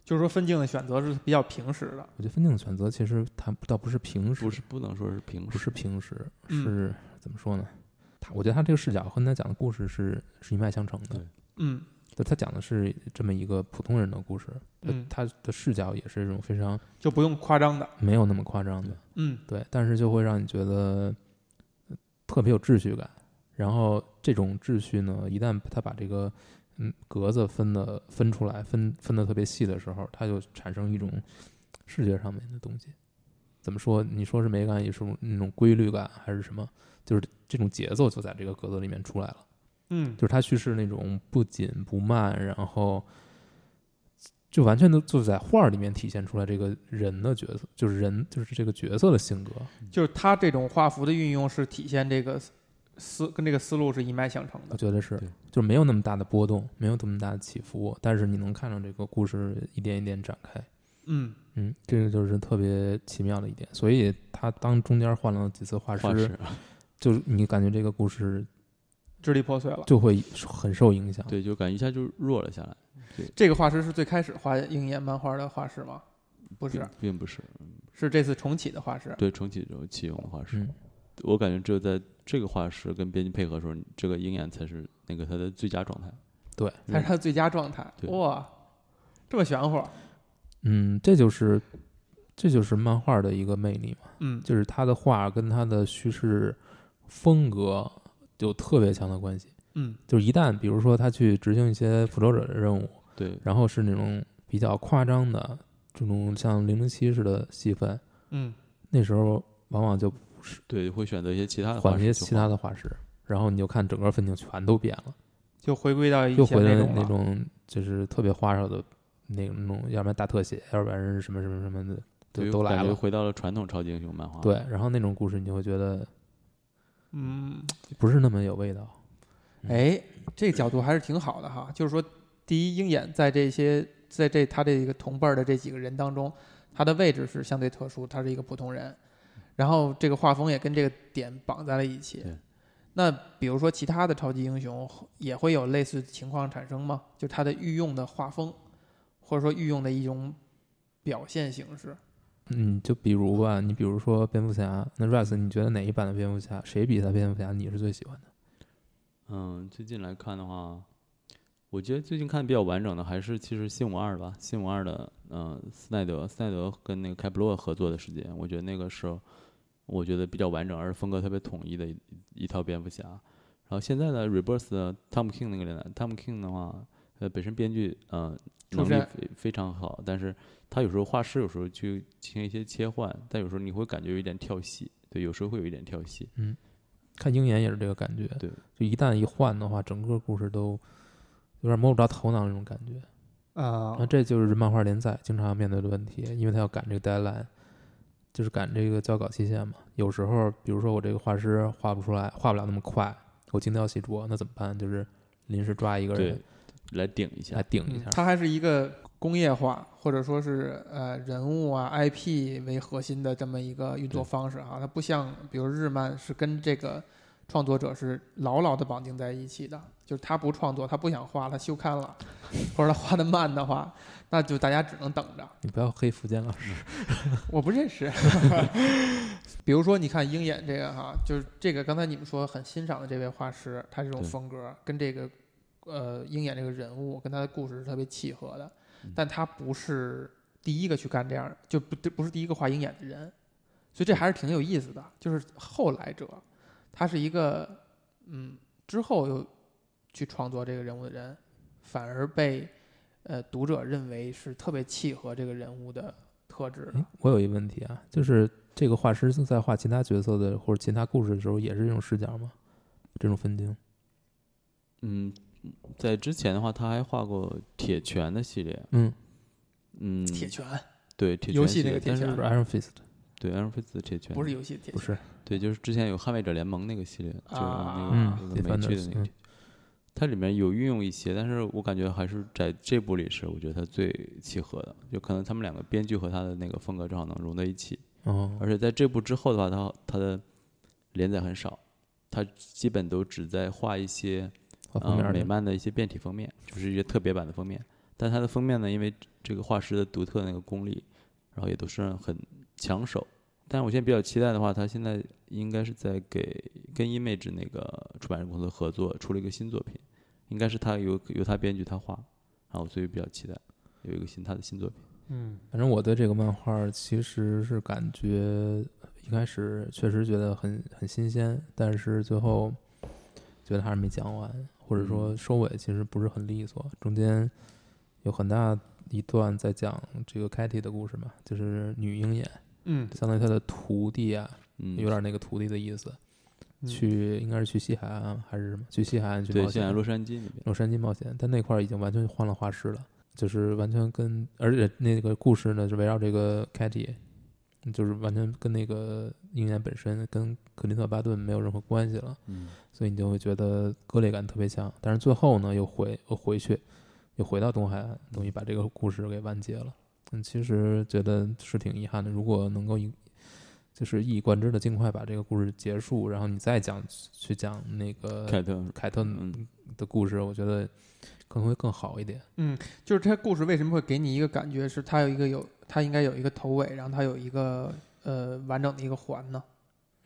S1: 就是说分镜的选择是比较平实的。
S2: 我觉得分镜的选择其实它倒不是平时，
S3: 不是不能说是平
S2: 不
S3: 时，
S2: 是平时，
S1: 嗯
S2: 是怎么说呢？他我觉得他这个视角和他讲的故事是是一脉相承的
S3: 对，
S1: 嗯
S2: 就他讲的是这么一个普通人的故事，他
S1: 嗯，
S2: 他的视角也是这种非常
S1: 就不用夸张的。
S2: 没有那么夸张的。
S1: 嗯，
S2: 对，但是就会让你觉得呃特别有秩序感。然后这种秩序呢，一旦他把这个嗯格子分的分出来，分分的特别细的时候，它就产生一种视觉上面的东西。怎么说？你说是美感，也是那种规律感，还是什么？就是这种节奏就在这个格子里面出来了。
S1: 嗯，
S2: 就是它叙事那种不紧不慢，然后就完全都就在画儿里面体现出来这个人的角色，就是人就是这个角色的性格。
S1: 就是它这种画幅的运用是体现这个思跟这个思路是一脉相承
S2: 我
S1: 的。
S2: 觉得是
S3: 对，
S2: 就是没有那么大的波动，没有那么大的起伏，但是你能看到这个故事一点一点展开。
S1: 嗯，
S2: 嗯，这个就是特别奇妙的一点。所以他当中间换了几次画师，
S3: 画师，
S2: 就是你感觉这个故事
S1: 支离破碎了。
S2: 就会很受影响。
S3: 对，就感觉一下就弱了下来。
S1: 这个画师是最开始画鹰眼漫画的画师吗？不
S3: 并
S1: 是，
S3: 并不是，
S1: 是这次重启的画师。
S3: 对重启之后启用的画师。
S2: 嗯，
S3: 我感觉只有在这个画师跟编辑配合的时候，这个鹰眼才是那个他的最佳状态。
S2: 对，
S1: 才是他的最佳状态。
S3: 对
S1: 哇，这么玄乎。
S2: 嗯，这就是这就是漫画的一个魅力嘛。
S1: 嗯，
S2: 就是他的画跟他的叙事风格有特别强的关系。
S1: 嗯
S2: 就是一旦比如说他去执行一些复仇者的任务，
S3: 对，
S2: 然后是那种比较夸张的这种像零零七似的戏份，
S1: 嗯，
S2: 那时候往往就术士，
S3: 对，会选择一些其他的
S2: 换
S3: 画
S2: 一
S3: 师
S2: 些
S3: 去
S2: 其
S3: 画
S2: 他的画师，然后你就看整个风景全都变了，
S1: 就回归到以
S2: 又
S1: 前
S2: 回到
S1: 嗯种
S2: 那
S1: 了
S2: 种就是特别花哨的那种那种，要不然大特写，要不然是什么什么什么的，
S3: 对
S2: 都都来
S3: 感觉啊
S2: 了。
S3: 回到了传统超级英雄漫画。
S2: 对，，然后那种故事你就会觉得
S1: 嗯，
S2: 不是那么有味道。
S1: 哎，这个角度还是挺好的哈。就是说，第一，鹰眼在这些在这他这个同辈儿的这几个人当中，他的位置是相对特殊，他是一个普通人。然后这个画风也跟这个点绑在了一起
S3: 对。
S1: 那比如说其他的超级英雄也会有类似情况产生吗？就他的御用的画风，或者说御用的一种表现形式。
S2: 嗯，就比如吧，你比如说蝙蝠侠，那 Rex，你觉得哪一版的蝙蝠侠，谁比他蝙蝠侠你是最喜欢的？
S3: 嗯，最近来看的话，我觉得最近看比较完整的还是其实新五二吧，新五二的，嗯、斯奈德，斯奈德跟那个开普勒合作的时间，我觉得那个是我觉得比较完整，而且风格特别统一的一一套蝙蝠侠。然后现在的 Rebirth 的 Tom King 那个年代，Tom King 的话，呃，本身编剧嗯、呃
S1: 出
S3: 能力
S1: 身
S3: 非非常好，但是他有时候画师有时候去进行一些切换，但有时候你会感觉有一点跳戏，对，有时候会有一点跳戏。
S2: 看鹰眼也是这个感觉，
S3: 对，
S2: 就一旦一换的话，整个故事都有点摸不着头脑那种感觉。
S1: 啊
S2: 那这就是漫画连载经常要面对的问题，因为他要赶这个 deadline，就是赶这个交稿期限嘛。有时候，比如说我这个画师画不出来，画不了那么快，我精雕细琢，那怎么办？就是临时抓一个
S3: 对
S2: 人，
S3: 来顶一下
S2: 来。顶一
S1: 嗯
S2: 下，。
S1: 它还是一个工业化，或者说是呃人物啊 IP 为核心的这么一个运作
S3: 对
S1: 方式啊。它不像比如日漫是跟这个创作者是牢牢的绑定在一起的，就是他不创作，他不想画，他休刊了， [LAUGHS] 或者他画的慢的话，那就大家只能等着。
S2: 你不要黑福建老师，
S1: [LAUGHS] 我不认识。比如说，你看鹰眼这个哈，就是这个刚才你们说很欣赏的这位画师，他这种
S3: 对
S1: 风格跟这个呃鹰眼这个人物跟他的故事是特别契合的
S3: 嗯，
S1: 但他不是第一个去干这样，就不不是第一个画鹰眼的人，所以这还是挺有意思的。就是后来者，他是一个嗯之后又去创作这个人物的人，反而被呃读者认为是特别契合这个人物的特质的。
S2: 哎我有一个问题啊，就是这个画师在画其他角色的或者其他故事的时候，也是这种视角吗？这种分镜？
S3: 嗯，在之前的话，他还画过铁拳的系列，
S2: 嗯，
S3: 嗯，
S1: 铁拳
S3: 对铁拳
S1: 游戏
S3: 系
S1: 那
S3: 列
S1: 个铁
S2: 但
S3: 但
S2: 是
S3: 是
S1: 拳
S2: Iron Fist
S3: 对 Iron Fist 的铁拳
S1: 不是游戏的铁
S2: 不
S1: 拳，
S2: 是，
S3: 对，就是之前有捍卫者联盟那个系列，就是
S1: 啊
S3: 那
S2: 嗯
S3: 个那个美剧的
S2: Defenders，
S3: 那个
S2: 嗯
S3: 铁，它里面有运用一些，但是我感觉还是在这部里是我觉得它最契合的，就可能他们两个编剧和他的那个风格正好能融在一起，
S2: 哦，
S3: 而且在这部之后的话，他他的连载很少，他基本都只在画一些
S2: 画封
S3: 嗯，
S2: 面儿
S3: 美
S2: 的
S3: 漫的一些变体封面，就是一些特别版的封面。但它的封面呢，因为这个画师的独特那个功力，然后也都是很抢手。但是我现在比较期待的话，他现在应该是在给跟 Image 那个出版公司合作出了一个新作品，应该是他由由他编剧他画，然后所以比较期待有一个新他的新作品。
S1: 嗯
S2: 反正我对这个漫画儿其实是感觉一开始确实觉得很很新鲜，但是最后觉得还是没讲完，或者说收尾其实不是很利索，中间有很大一段在讲这个 Kitty 的故事嘛，就是女鹰眼，
S1: 嗯，
S2: 相当于她的徒弟啊，
S3: 嗯，
S2: 有点那个徒弟的意思，
S1: 嗯
S2: 去应该是去西海岸啊还是什么？去西海岸去
S3: 对，
S2: 冒
S3: 现在
S2: 险
S3: 洛杉矶那边，
S2: 洛杉矶冒险，但那块儿已经完全换了画师了，就是完全跟，而且那个故事呢是围绕这个 Kitty，就是完全跟那个鹰眼本身跟克林特·巴顿没有任何关系了，
S3: 嗯，
S2: 所以你就会觉得割裂感特别强。但是最后呢，又回又回去，又回到东海岸，等于把这个故事给完结了。嗯，其实觉得是挺遗憾的。如果能够一就是一以贯之的尽快把这个故事结束，然后你再讲去讲那个
S3: 凯特，
S2: 凯特
S3: 嗯
S2: 的故事，我觉得可能会更好一点。
S1: 就是这故事为什么会给你一个感觉是它有一个有它应该有一个头尾，然后它有一个呃完整的一个环呢？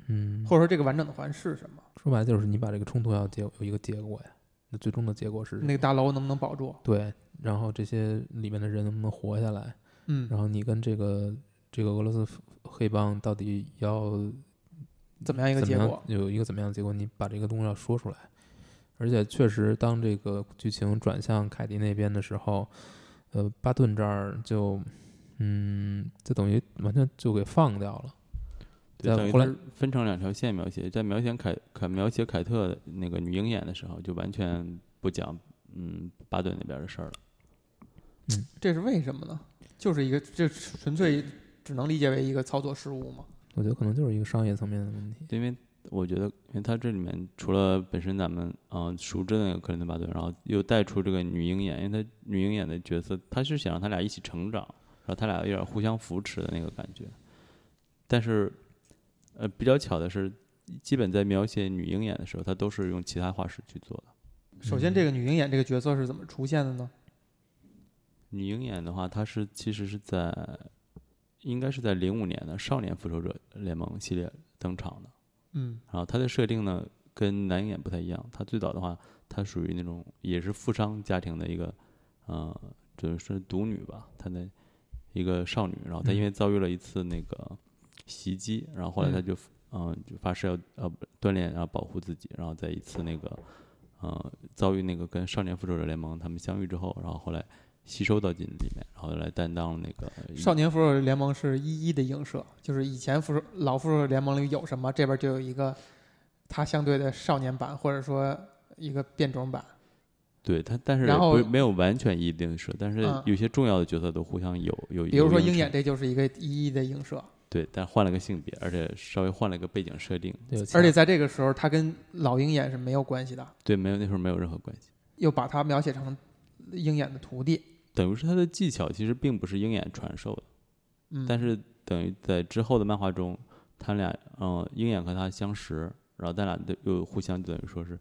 S2: 嗯，
S1: 或者说这个完整的环是什么？
S2: 说白了就是你把这个冲突要结有一个结果呀，那最终的结果是什
S1: 那
S2: 么
S1: 个大楼能不能保住？
S2: 对，然后这些里面的人能不能活下来，
S1: 嗯
S2: 然，后你跟这个这个俄罗斯黑帮到底要
S1: 怎么样一个
S2: 怎
S1: 结
S2: 么样
S1: 果？
S2: 有一个怎么样的结果？你把这个东西要说出来。而且确实，当这个剧情转向凯迪那边的时候，呃，巴顿这儿就，嗯，就等于完全就给放掉了。
S3: 对，
S2: 在
S3: 等于
S2: 后来
S3: 它是分成两条线描写，在描写凯凯描写凯特的那个女鹰眼的时候，就完全不讲嗯巴顿那边的事儿了。
S1: 这是为什么呢？就是一个这纯粹只能理解为一个操作失误嘛。
S2: 我觉得可能就是一个商业层面的问题。
S3: 因为我觉得，因为它这里面除了本身咱们嗯、呃熟知的那个克林顿·巴顿，然后又带出这个女鹰眼，因为她女鹰眼的角色，她是想让他俩一起成长，然后他俩有点互相扶持的那个感觉。但是，呃，比较巧的是，基本在描写女鹰眼的时候，他都是用其他画师去做的。
S1: 首
S2: 嗯
S1: 先，这个女鹰眼这个角色是怎么出现的呢？
S3: 女鹰眼的话，她是其实是在应该是在零五年的《少年复仇者联盟》系列登场的。
S1: 嗯
S3: 然后它的设定呢跟蓝眼不太一样，它最早的话，它属于那种也是富商家庭的一个，呃，就是说独女吧，她的一个少女，然后她因为遭遇了一次那个袭击，然后后来她
S1: 嗯
S3: 就嗯、呃就发誓要呃不锻炼，然后保护自己，然后在一次那个呃遭遇那个跟少年复仇者联盟他们相遇之后，然后后来吸收到进里面，然后来担当那个
S1: 少年复仇者联盟是一一的映射，就是以前复仇老复仇者联盟里有什么，这边就有一个它相对的少年版，或者说一个变种版。
S3: 对他，但是
S1: 然
S3: 也
S1: 后
S3: 不没有完全一定是，但是
S1: 嗯
S3: 有些重要的角色都互相有有，
S1: 比如说
S3: 有
S1: 鹰眼，
S3: 成
S1: 这就是一个一一的映射，
S3: 对，但换了个性别，而且稍微换了个背景设定，
S2: 对，有钱
S1: 而且在这个时候，它跟老鹰眼是没有关系的，
S3: 对，没有那时候没有任何关系，
S1: 又把它描写成鹰眼的徒弟。
S3: 等于是他的技巧其实并不是鹰眼传授的，
S1: 嗯，
S3: 但是等于在之后的漫画中，他俩嗯、呃鹰眼和他相识，然后他俩的又互相等于说是，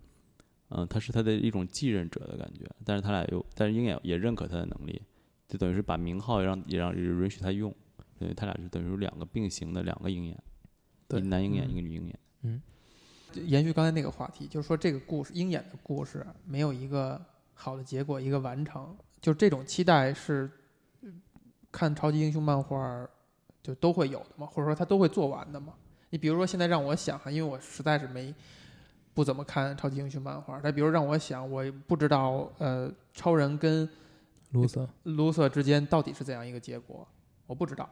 S3: 嗯、他是他的一种继任者的感觉，但是他俩又，但是鹰眼也认可他的能力，就等于是把名号也让也让也允许他用，等于他俩是等于是两个并行的两个鹰眼。
S2: 对
S3: 一男鹰眼，
S1: 嗯
S3: 一个女鹰眼。
S1: 延续刚才那个话题，就是说这个故事鹰眼的故事没有一个好的结果，一个完成，就这种期待是呃看超级英雄漫画儿就都会有的嘛，或者说他都会做完的嘛。你比如说现在让我想哈，因为我实在是没不怎么看超级英雄漫画儿，但比如让我想，我不知道呃超人跟
S2: loser，
S1: loser 之间到底是怎样一个结果，我不知道，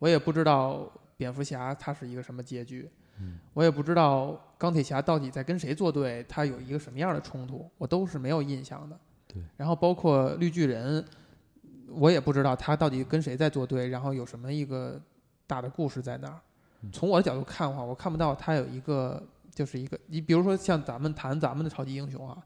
S1: 我也不知道蝙蝠侠他是一个什么结局，
S3: 嗯
S1: 我也不知道钢铁侠到底在跟谁作对，他有一个什么样的冲突，我都是没有印象的。
S3: 对，
S1: 然后包括绿巨人，我也不知道他到底跟谁在作对，然后有什么一个大的故事在那儿
S3: 嗯。
S1: 从我的角度看的话，我看不到他有一个就是一个，你比如说像咱们谈咱们的超级英雄啊，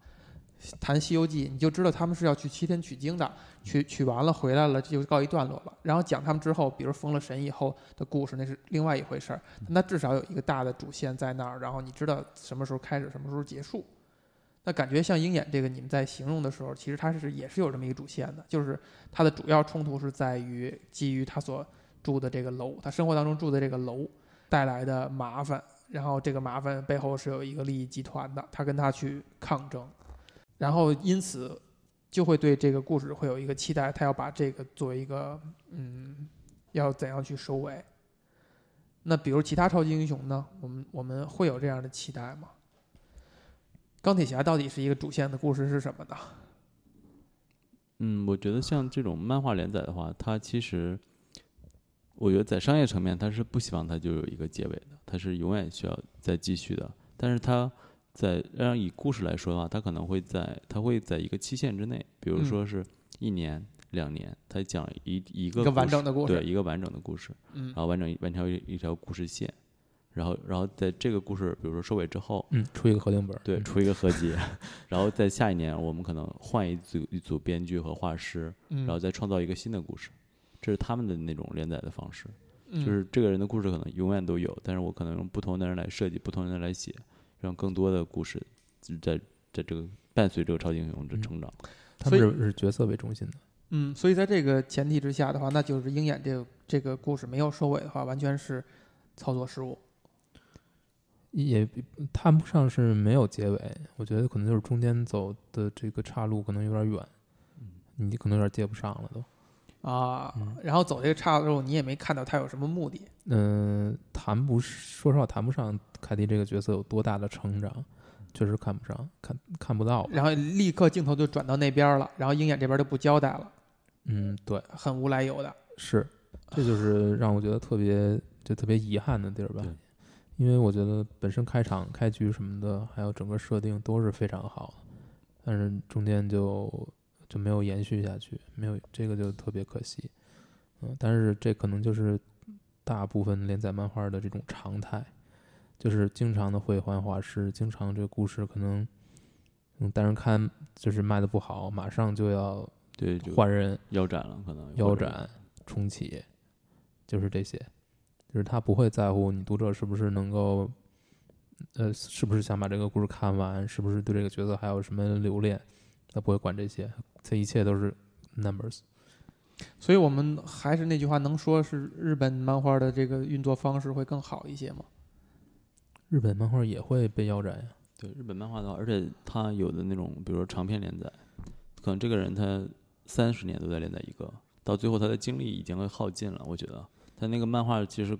S1: 谈《西游记》，你就知道他们是要去西天取经的，取取完了回来了，这就告一段落了。然后讲他们之后，比如封了神以后的故事，那是另外一回事儿。那至少有一个大的主线在那儿，然后你知道什么时候开始，什么时候结束。那感觉像鹰眼这个，你们在形容的时候，其实它是也是有这么一个主线的，就是它的主要冲突是在于基于他所住的这个楼，他生活当中住的这个楼带来的麻烦，然后这个麻烦背后是有一个利益集团的，他跟他去抗争，然后因此就会对这个故事会有一个期待，他要把这个作为一个嗯，要怎样去收尾。那比如其他超级英雄呢？我们我们会有这样的期待吗？钢铁侠到底是一个主线的故事是什么呢？
S3: 嗯，我觉得像这种漫画连载的话，它其实，我觉得在商业层面，它是不希望它就有一个结尾的，它是永远需要再继续的。但是它在让以故事来说的话，它可能会在它会在一个期限之内，比如
S1: 嗯
S3: 说是一年、两年，它讲一一个
S1: 一个完
S3: 故事
S1: 整的故
S3: 对啊
S1: 事，
S3: 一个完整的故事。
S1: 嗯
S3: 然，后完整完成一一条故事线，然后然后在这个故事比如说收尾之后，
S2: 嗯，出一个合订本儿，
S3: 对，
S2: 嗯
S3: 出一个合集， [LAUGHS] 然后在下一年我们可能换一组一组编剧和画师，
S1: 嗯
S3: 然后再创造一个新的故事，这是他们的那种连载的方式，
S2: 嗯
S1: 就
S3: 就是这个人的故事可能永远都有，但是我可能用不同的人来设计，不同的人来写，让更多的故事就在在这个伴随这个超级英雄的
S2: 嗯
S3: 成长。
S2: 他
S1: 所
S2: 们
S1: 以
S2: 是是角色为中心的。
S1: 嗯，所以在这个前提之下的话，那就是鹰眼这个这个故事没有收尾的话，完全是操作失误。
S2: 也比谈不上是没有结尾，我觉得可能就是中间走的这个岔路可能有点远，
S1: 嗯
S2: 你可能有点接不上了都。
S1: 啊，
S2: 嗯
S1: 然后走这个岔路，你也没看到他有什么目的。
S2: 嗯、谈不是，说实话谈不上凯蒂这个角色有多大的成长，确实看不上，看看不到吧。
S1: 然后立刻镜头就转到那边了，然后鹰眼这边就不交代了，
S2: 嗯，对，
S1: 很无来由的。
S3: 啊
S2: 是，这就是让我觉得特别就特别遗憾的地儿吧
S3: 对。
S2: 因为我觉得本身开场、开局什么的，还有整个设定都是非常好的，但是中间就就没有延续下去，没有这个就特别可惜。嗯，但是这可能就是大部分连载漫画的这种常态，就是经常的会换画师，经常这个故事可能，嗯，但是看就是卖的不好，马上就要
S3: 对，就
S2: 换人、
S3: 腰斩了，可能
S2: 腰
S3: 或者
S2: 斩、重启，就是这些，就是他不会在乎你读者是不是能够，呃，是不是想把这个故事看完，是不是对这个角色还有什么留恋，他不会管这些，这一切都是 numbers。
S1: 所以我们还是那句话，能说是日本漫画的这个运作方式会更好一些吗？
S2: 日本漫画也会被腰斩呀。
S3: 对日本漫画的话，而且他有的那种，比如说长篇连载，可能这个人他三十年都在连载一个，到最后他的精力已经会耗尽了。我觉得他那个漫画其实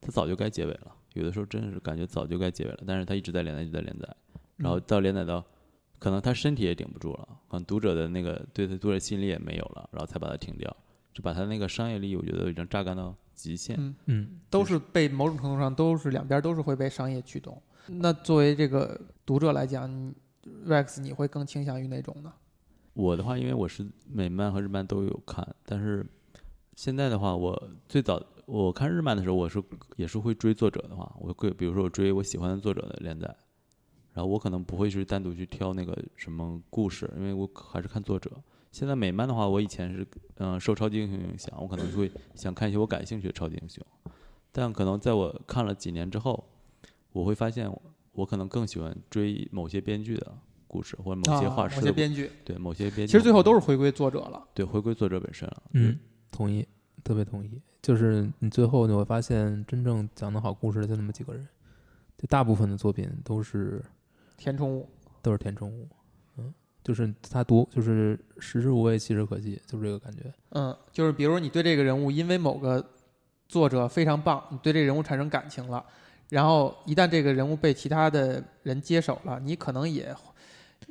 S3: 他早就该结尾了，有的时候真是感觉早就该结尾了，但是他一直在连载，一直在连载，然后
S1: 嗯
S3: 到连载到可能他身体也顶不住了，可能读者的那个对他读者吸引力也没有了，然后才把它停掉，就把他那个商业利益，我觉得已经榨干到极限。
S1: 嗯
S2: 嗯，
S1: 都是被某种程度上都是两边都是会被商业驱动。那作为这个读者来讲你，Rex 你会更倾向于哪种呢？
S3: 我的话，因为我是美漫和日漫都有看，但是现在的话，我最早我看日漫的时候，我是也是会追作者的话，我会比如说我追我喜欢的作者的连载，然后我可能不会去单独去挑那个什么故事，因为我还是看作者。现在美漫的话，我以前是嗯、呃受超级英雄影响，我可能会想看一些我感兴趣的超级英雄，但可能在我看了几年之后，我会发现我我可能更喜欢追某些编剧的故事或者某些
S1: 啊
S3: 画
S1: 某些
S3: 师的故事
S1: 编剧，
S3: 对某些编
S1: 其
S3: 辑，
S1: 实最后都是回归作者了。
S3: 对回归作者本身啊了。
S2: 嗯，同意，特别同意。就是你最后你会发现，真正讲的好故事的就那么几个人，就大部分的作品都是
S1: 填充物，
S2: 都是填充物。嗯，就是他读，就是食之无味，弃之可惜，就是这个感觉。
S1: 嗯，就是比如你对这个人物因为某个作者非常棒，你对这个人物产生感情了，然后一旦这个人物被其他的人接手了，你可能也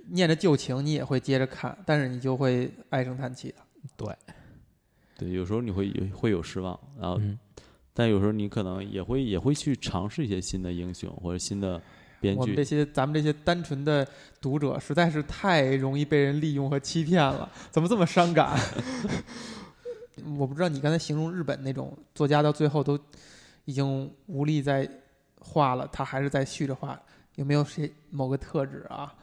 S1: 念着旧情，你也会接着看，但是你就会唉声叹气的。
S3: 对，有时候你会有会有失望，然后、
S2: 嗯，
S3: 但有时候你可能也会也会去尝试一些新的英雄或者新的编
S1: 我们这
S3: 剧。
S1: 些咱们这些单纯的读者实在是太容易被人利用和欺骗了，怎么这么伤感？ [LAUGHS] 我不知道你刚才形容日本那种作家到最后都已经无力再画了，他还是在续着画，有没有谁某个特质啊？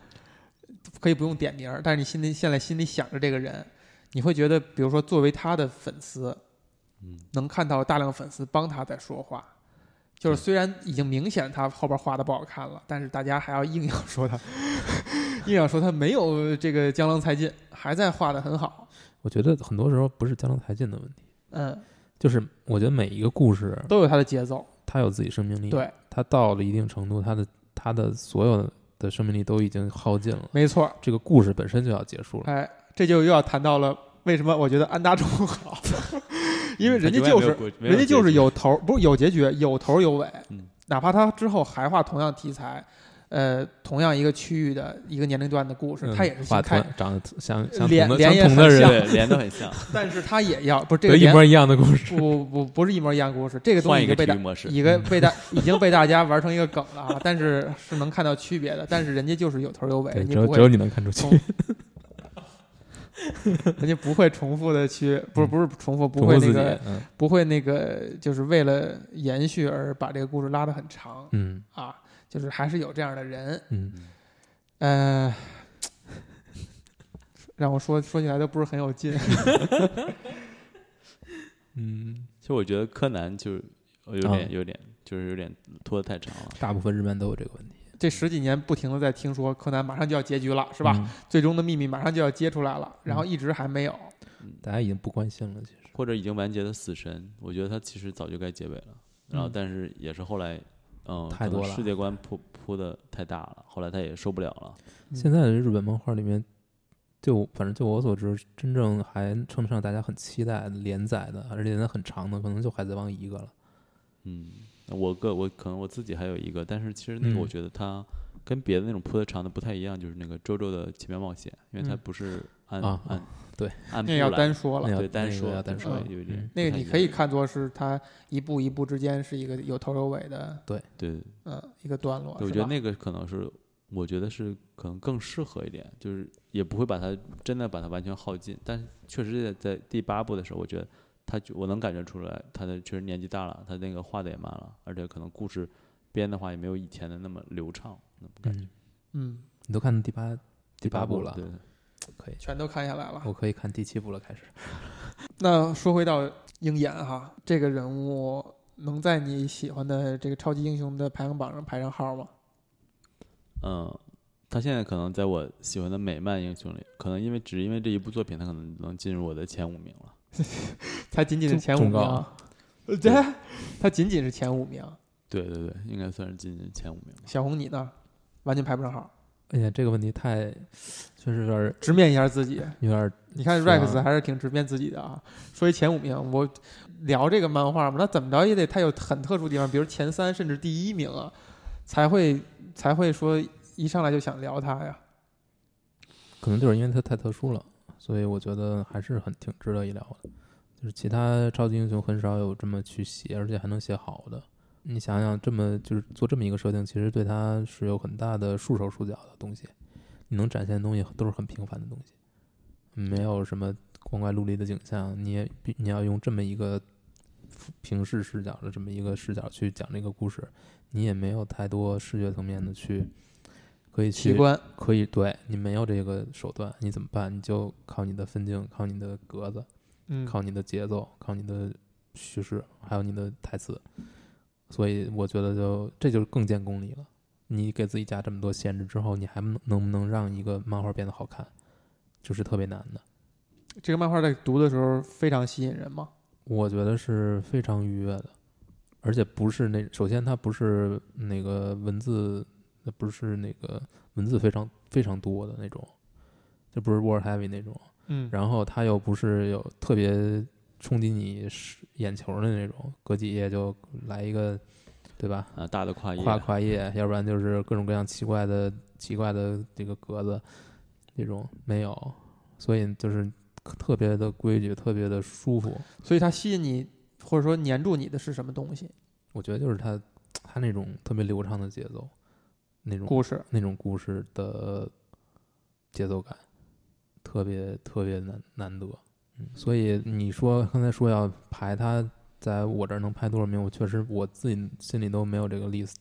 S1: 可以不用点名儿，但是你心里现在心里想着这个人，你会觉得，比如说作为他的粉丝，
S3: 嗯，
S1: 能看到大量粉丝帮他在说话。
S2: 嗯
S1: 就是虽然已经明显他后边画的不好看了，但是大家还要硬要说他， [LAUGHS] 硬要说他没有这个江郎才尽，还在画的很好。
S2: 我觉得很多时候不是江郎才尽的问题，
S1: 嗯，
S2: 就是我觉得每一个故事
S1: 都有他的节奏。
S2: 它有自己生命力，
S1: 对，
S2: 它到了一定程度，它的它的所有的生命力都已经耗尽了，
S1: 没错。
S2: 这个故事本身就要结束了。
S1: 哎，这就又要谈到了为什么我觉得安达充好， [LAUGHS] 因
S3: 嗯
S1: 为人家就是人家就是有头儿，不是有结局，有头儿有尾。
S3: 嗯
S1: 哪怕他之后还画同样题材，呃，同样一个区域的一个年龄段的故事，
S2: 嗯
S1: 他也是
S2: 画
S1: 新开
S2: 同，长得相相
S1: 脸
S2: 同的
S1: 脸也
S2: 相同的
S1: 很像
S2: 人，
S3: 对连的很像，
S1: 但是他也要不是这个
S2: 对一
S1: 连
S2: 模一样的故事。
S1: 不不不是一模一样故事， [LAUGHS] 这个东
S3: 换
S1: 西
S3: 一
S1: 已
S3: 个
S1: 经被嗯
S3: 体育
S1: 大
S3: 模式。
S1: 一个被大已经被大家玩成一个梗了啊，但是是能看到区别的，但是人家就是有头有尾，
S2: 对，
S1: 人
S2: 只
S1: 家
S2: 有
S1: 不
S2: 只有
S1: 会，
S2: 你能看出去
S1: 从，人家不会重复的去，不是不是重复，不
S2: 重
S1: 会那
S2: 复自己。
S1: 个
S2: 嗯
S1: 不会那个，就是为了延续而把这个故事拉得很长
S2: 嗯
S1: 啊，就是还是有这样的人，
S2: 嗯，
S1: 呃，让我说说起来都不是很有劲，
S2: 嗯，
S3: 其实我觉得柯南就是有
S1: 啊
S3: 点
S2: 嗯
S3: 有点就是有点拖得太长了。
S2: 大部分日漫都有这个问题，
S1: 这十几年不停的在听说柯南马上就要结局了，是吧？
S2: 嗯？
S1: 最终的秘密马上就要揭出来了，然后一直还没有。
S2: 大家已经不关心了，其实。
S3: 或者已经完结的死神，我觉得他其实早就该结尾了。然后，
S1: 嗯
S3: 但是也是后来，嗯，
S2: 太
S3: 可能
S2: 多了
S3: 世界观铺铺的太大了，后来他也受不了了。
S1: 嗯
S2: 现在的日本漫画里面，就反正就我所知，真正还称得上大家很期待的连载的，而且连载很长的，可能就《海贼王》一个了。
S3: 嗯，我个我可能我自己还有一个，但是其实那个我
S2: 嗯
S3: 觉得它跟别的那种铺的长的不太一样，就是那个周周的奇妙冒险，因为它
S1: 嗯
S3: 不是按
S2: 啊
S3: 按
S2: 对
S3: 按
S1: 那
S3: 步
S1: 要
S3: 来
S1: 单说
S2: 那
S1: 了，
S2: 要
S3: 对单
S2: 那个
S3: 说
S2: 要单
S1: 说
S3: 有一
S2: 嗯
S3: 点
S1: 那个
S3: 太
S1: 你
S3: 一
S1: 可以
S3: 样
S1: 看作是它一步一步之间是一个有头有尾的，
S3: 对，
S1: 呃，一个段落。
S3: 对我
S1: 是
S3: 觉得
S1: 吧
S3: 那个可能是，我觉得是可能更适合一点，就是也不会把它真的把它完全耗尽，但是确实在在第八部的时候，我觉得他就我能感觉出来，他的确实年纪大了，他那个画的也慢了，而且可能故事编的话也没有以前的那么流畅，那么感觉。
S2: 嗯，
S1: 嗯，
S2: 你都看第八第
S3: 第
S2: 八
S3: 部
S2: 了，
S3: 对，
S2: 可以，
S1: 全都看下来了。
S2: 我可以看第七部了，开始。
S1: 那说回到鹰眼哈，这个人物能在你喜欢的这个超级英雄的排行榜上排上号吗？
S3: 嗯，他现在可能在我喜欢的美漫英雄里，可能因为只因为这一部作品，他可能能进入我的前五名了。
S1: 才仅仅是
S2: 中
S1: 前五
S2: 中
S1: 名
S2: 高
S1: 啊，呃对，他仅仅是前五名。
S3: 对对对，应该算是进入前五名了。
S1: 小红你呢，完全排不上号，
S2: 哎呀，这个问题太，确实有点儿
S1: 直面一下自己。
S2: 有点儿
S1: 你看
S2: 是啊
S1: Rex 还是挺直面自己的啊。说一前五名，我聊这个漫画嘛，那怎么着也得他有很特殊地方，比如前三甚至第一名啊，才会才会说一上来就想聊他呀。
S2: 可能就是因为它太特殊了，所以我觉得还是很挺值得一聊的。就是其他超级英雄很少有这么去写，而且还能写好的。你想想，这么就是做这么一个设定，其实对它是有很大的束手束脚的东西。你能展现的东西都是很平凡的东西，没有什么光怪陆离的景象。你也必你要用这么一个平视视角的这么一个视角去讲这个故事，你也没有太多视觉层面的去可以
S1: 奇
S2: 去
S1: 观，
S2: 可以，对你没有这个手段，你怎么办？你就靠你的分镜，靠你的格子，
S1: 嗯，
S2: 靠你的节奏，靠你的呃叙事，还有你的台词。所以我觉得就这就更见功力了。你给自己加这么多限制之后，你还能能不能让一个漫画变得好看，就是特别难的。
S1: 这个漫画在读的时候非常吸引人嘛。
S2: 我觉得是非常愉悦的，而且不是那首先它不是那个文字，呃不是那个文字非常非常多的那种，这不是 word heavy 那种，
S1: 嗯，
S2: 然后它又不是有特别冲击你视眼球的那种，隔几页就来一个，对吧？
S3: 啊，大的跨页，
S2: 跨跨页，要不然就是各种各样奇怪的奇怪的这个格子，这种没有，所以就是特别的规矩，特别的舒服。
S1: 所以它吸引你或者说粘住你的是什么东西？
S2: 我觉得就是他他那种特别流畅的节奏，那种
S1: 故事。
S2: 那种故事的节奏感，特别特别难难得。嗯，所以你说刚才说要排他在我这儿能排多少名，我确实我自己心里都没有这个 list，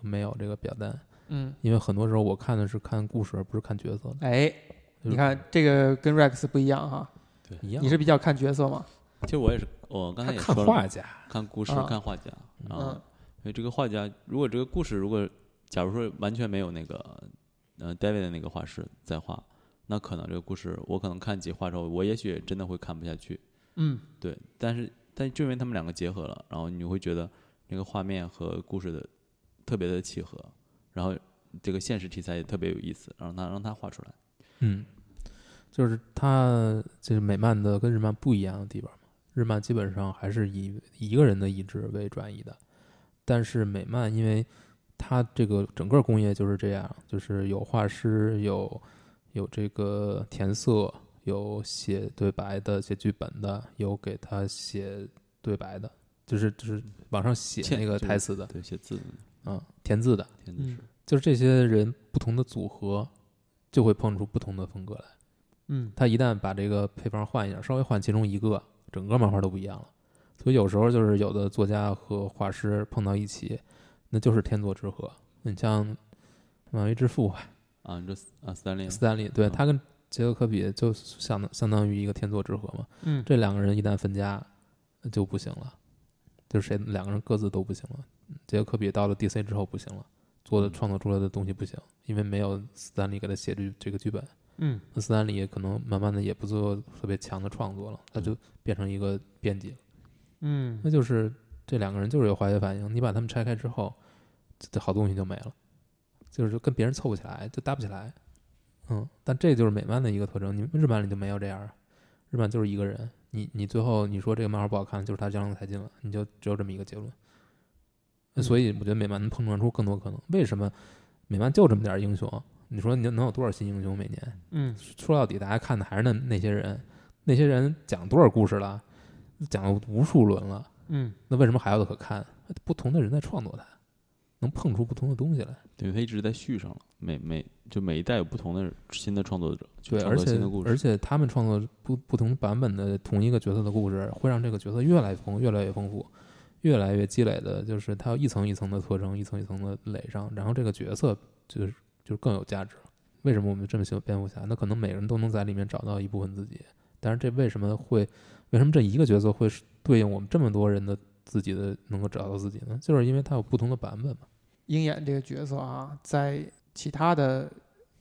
S2: 没有这个表单，
S1: 嗯，
S2: 因为很多时候我看的是看故事，而不是看角色的。
S1: 哎，
S2: 就是
S1: 你看这个跟 Rex 不一样哈，
S2: 一样，
S1: 你是比较看角色嘛？
S3: 其实我也是，我刚才
S2: 他
S3: 也
S2: 看
S3: 说了，
S2: 画家，
S3: 看故事
S1: 啊，
S3: 看画家
S1: 嗯
S3: 啊。因为这个画家，如果这个故事如果假如说完全没有那个呃 David 的那个画师在画，那可能这个故事我可能看几画之后，我也许真的会看不下去。
S1: 嗯，
S3: 对，但是但就因为他们两个结合了，然后你会觉得那个画面和故事的特别的契合，然后这个现实题材也特别有意思，让他让他画出来。
S2: 嗯，就是它就是美漫的跟日漫不一样的地方嘛。日漫基本上还是以一个人的意志为转移的，但是美漫因为它这个整个工业就是这样，就是有画师，有有这个填色，有写对白的，写剧本的，有给他写对白的，就是就是往上写
S3: 嵌
S2: 那个
S3: 就是
S2: 台词的，
S3: 对，写字，
S2: 嗯，填字的，
S3: 天的
S1: 嗯
S3: 是，
S2: 就是这些人不同的组合就会碰出不同的风格来。
S1: 嗯，
S2: 他一旦把这个配方换一下，稍微换其中一个，整个漫画都不一样了。所以有时候就是有的作家和画师碰到一起，那就是天作之合。你像漫威之父吧，
S3: 啊，你说啊，斯坦利，
S2: 斯坦利，对
S3: 嗯
S2: 他跟杰克科比就相当相当于一个天作之合嘛。
S1: 嗯，
S2: 这两个人一旦分家，那就不行了，就是谁两个人各自都不行了。杰克科比到了 DC 之后不行了，做
S3: 嗯
S2: 的创作出来的东西不行，因为没有斯坦利给他写这这个剧本。
S1: 嗯，
S2: 那斯坦利可能慢慢的也不做特别强的创作了，他就变成一个编辑了。
S1: 嗯，
S2: 那就是这两个人就是有化学反应，你把他们拆开之后，这这好东西就没了，就是跟别人凑不起来，就搭不起来。嗯，但这就是美漫的一个特征，你们日漫里就没有这样啊，日漫就是一个人，你你最后你说这个漫画不好看，就是他江郎才尽了，你就只有这么一个结论。
S1: 嗯
S2: 所以我觉得美漫能碰撞出更多可能。为什么美漫就这么点儿英雄？你说你能有多少新英雄每年？
S1: 嗯
S2: 说到底，大家看的还是那那些人，那些人讲多少故事了，讲了无数轮了，
S1: 嗯，
S2: 那为什么还有的可看？不同的人在创作它，能碰出不同的东西来。
S3: 对，他一直在续上了，每每就每一代有不同的新的创作者去
S2: 对，
S3: 创
S2: 而
S3: 作
S2: 且
S3: 新的故事，
S2: 而且他们创作不不同版本的同一个角色的故事，会让这个角色越来越丰越来越丰富，越来越积累的，就是它有一层一层的特征，一层一层的垒上，然后这个角色就是就是更有价值了。为什么我们这么喜欢蝙蝠侠？那可能每个人都能在里面找到一部分自己，但是这为什么会为什么这一个角色会是对应我们这么多人的自己的能够找到自己呢？就是因为它有不同的版本嘛。
S1: 鹰眼这个角色啊，在其他的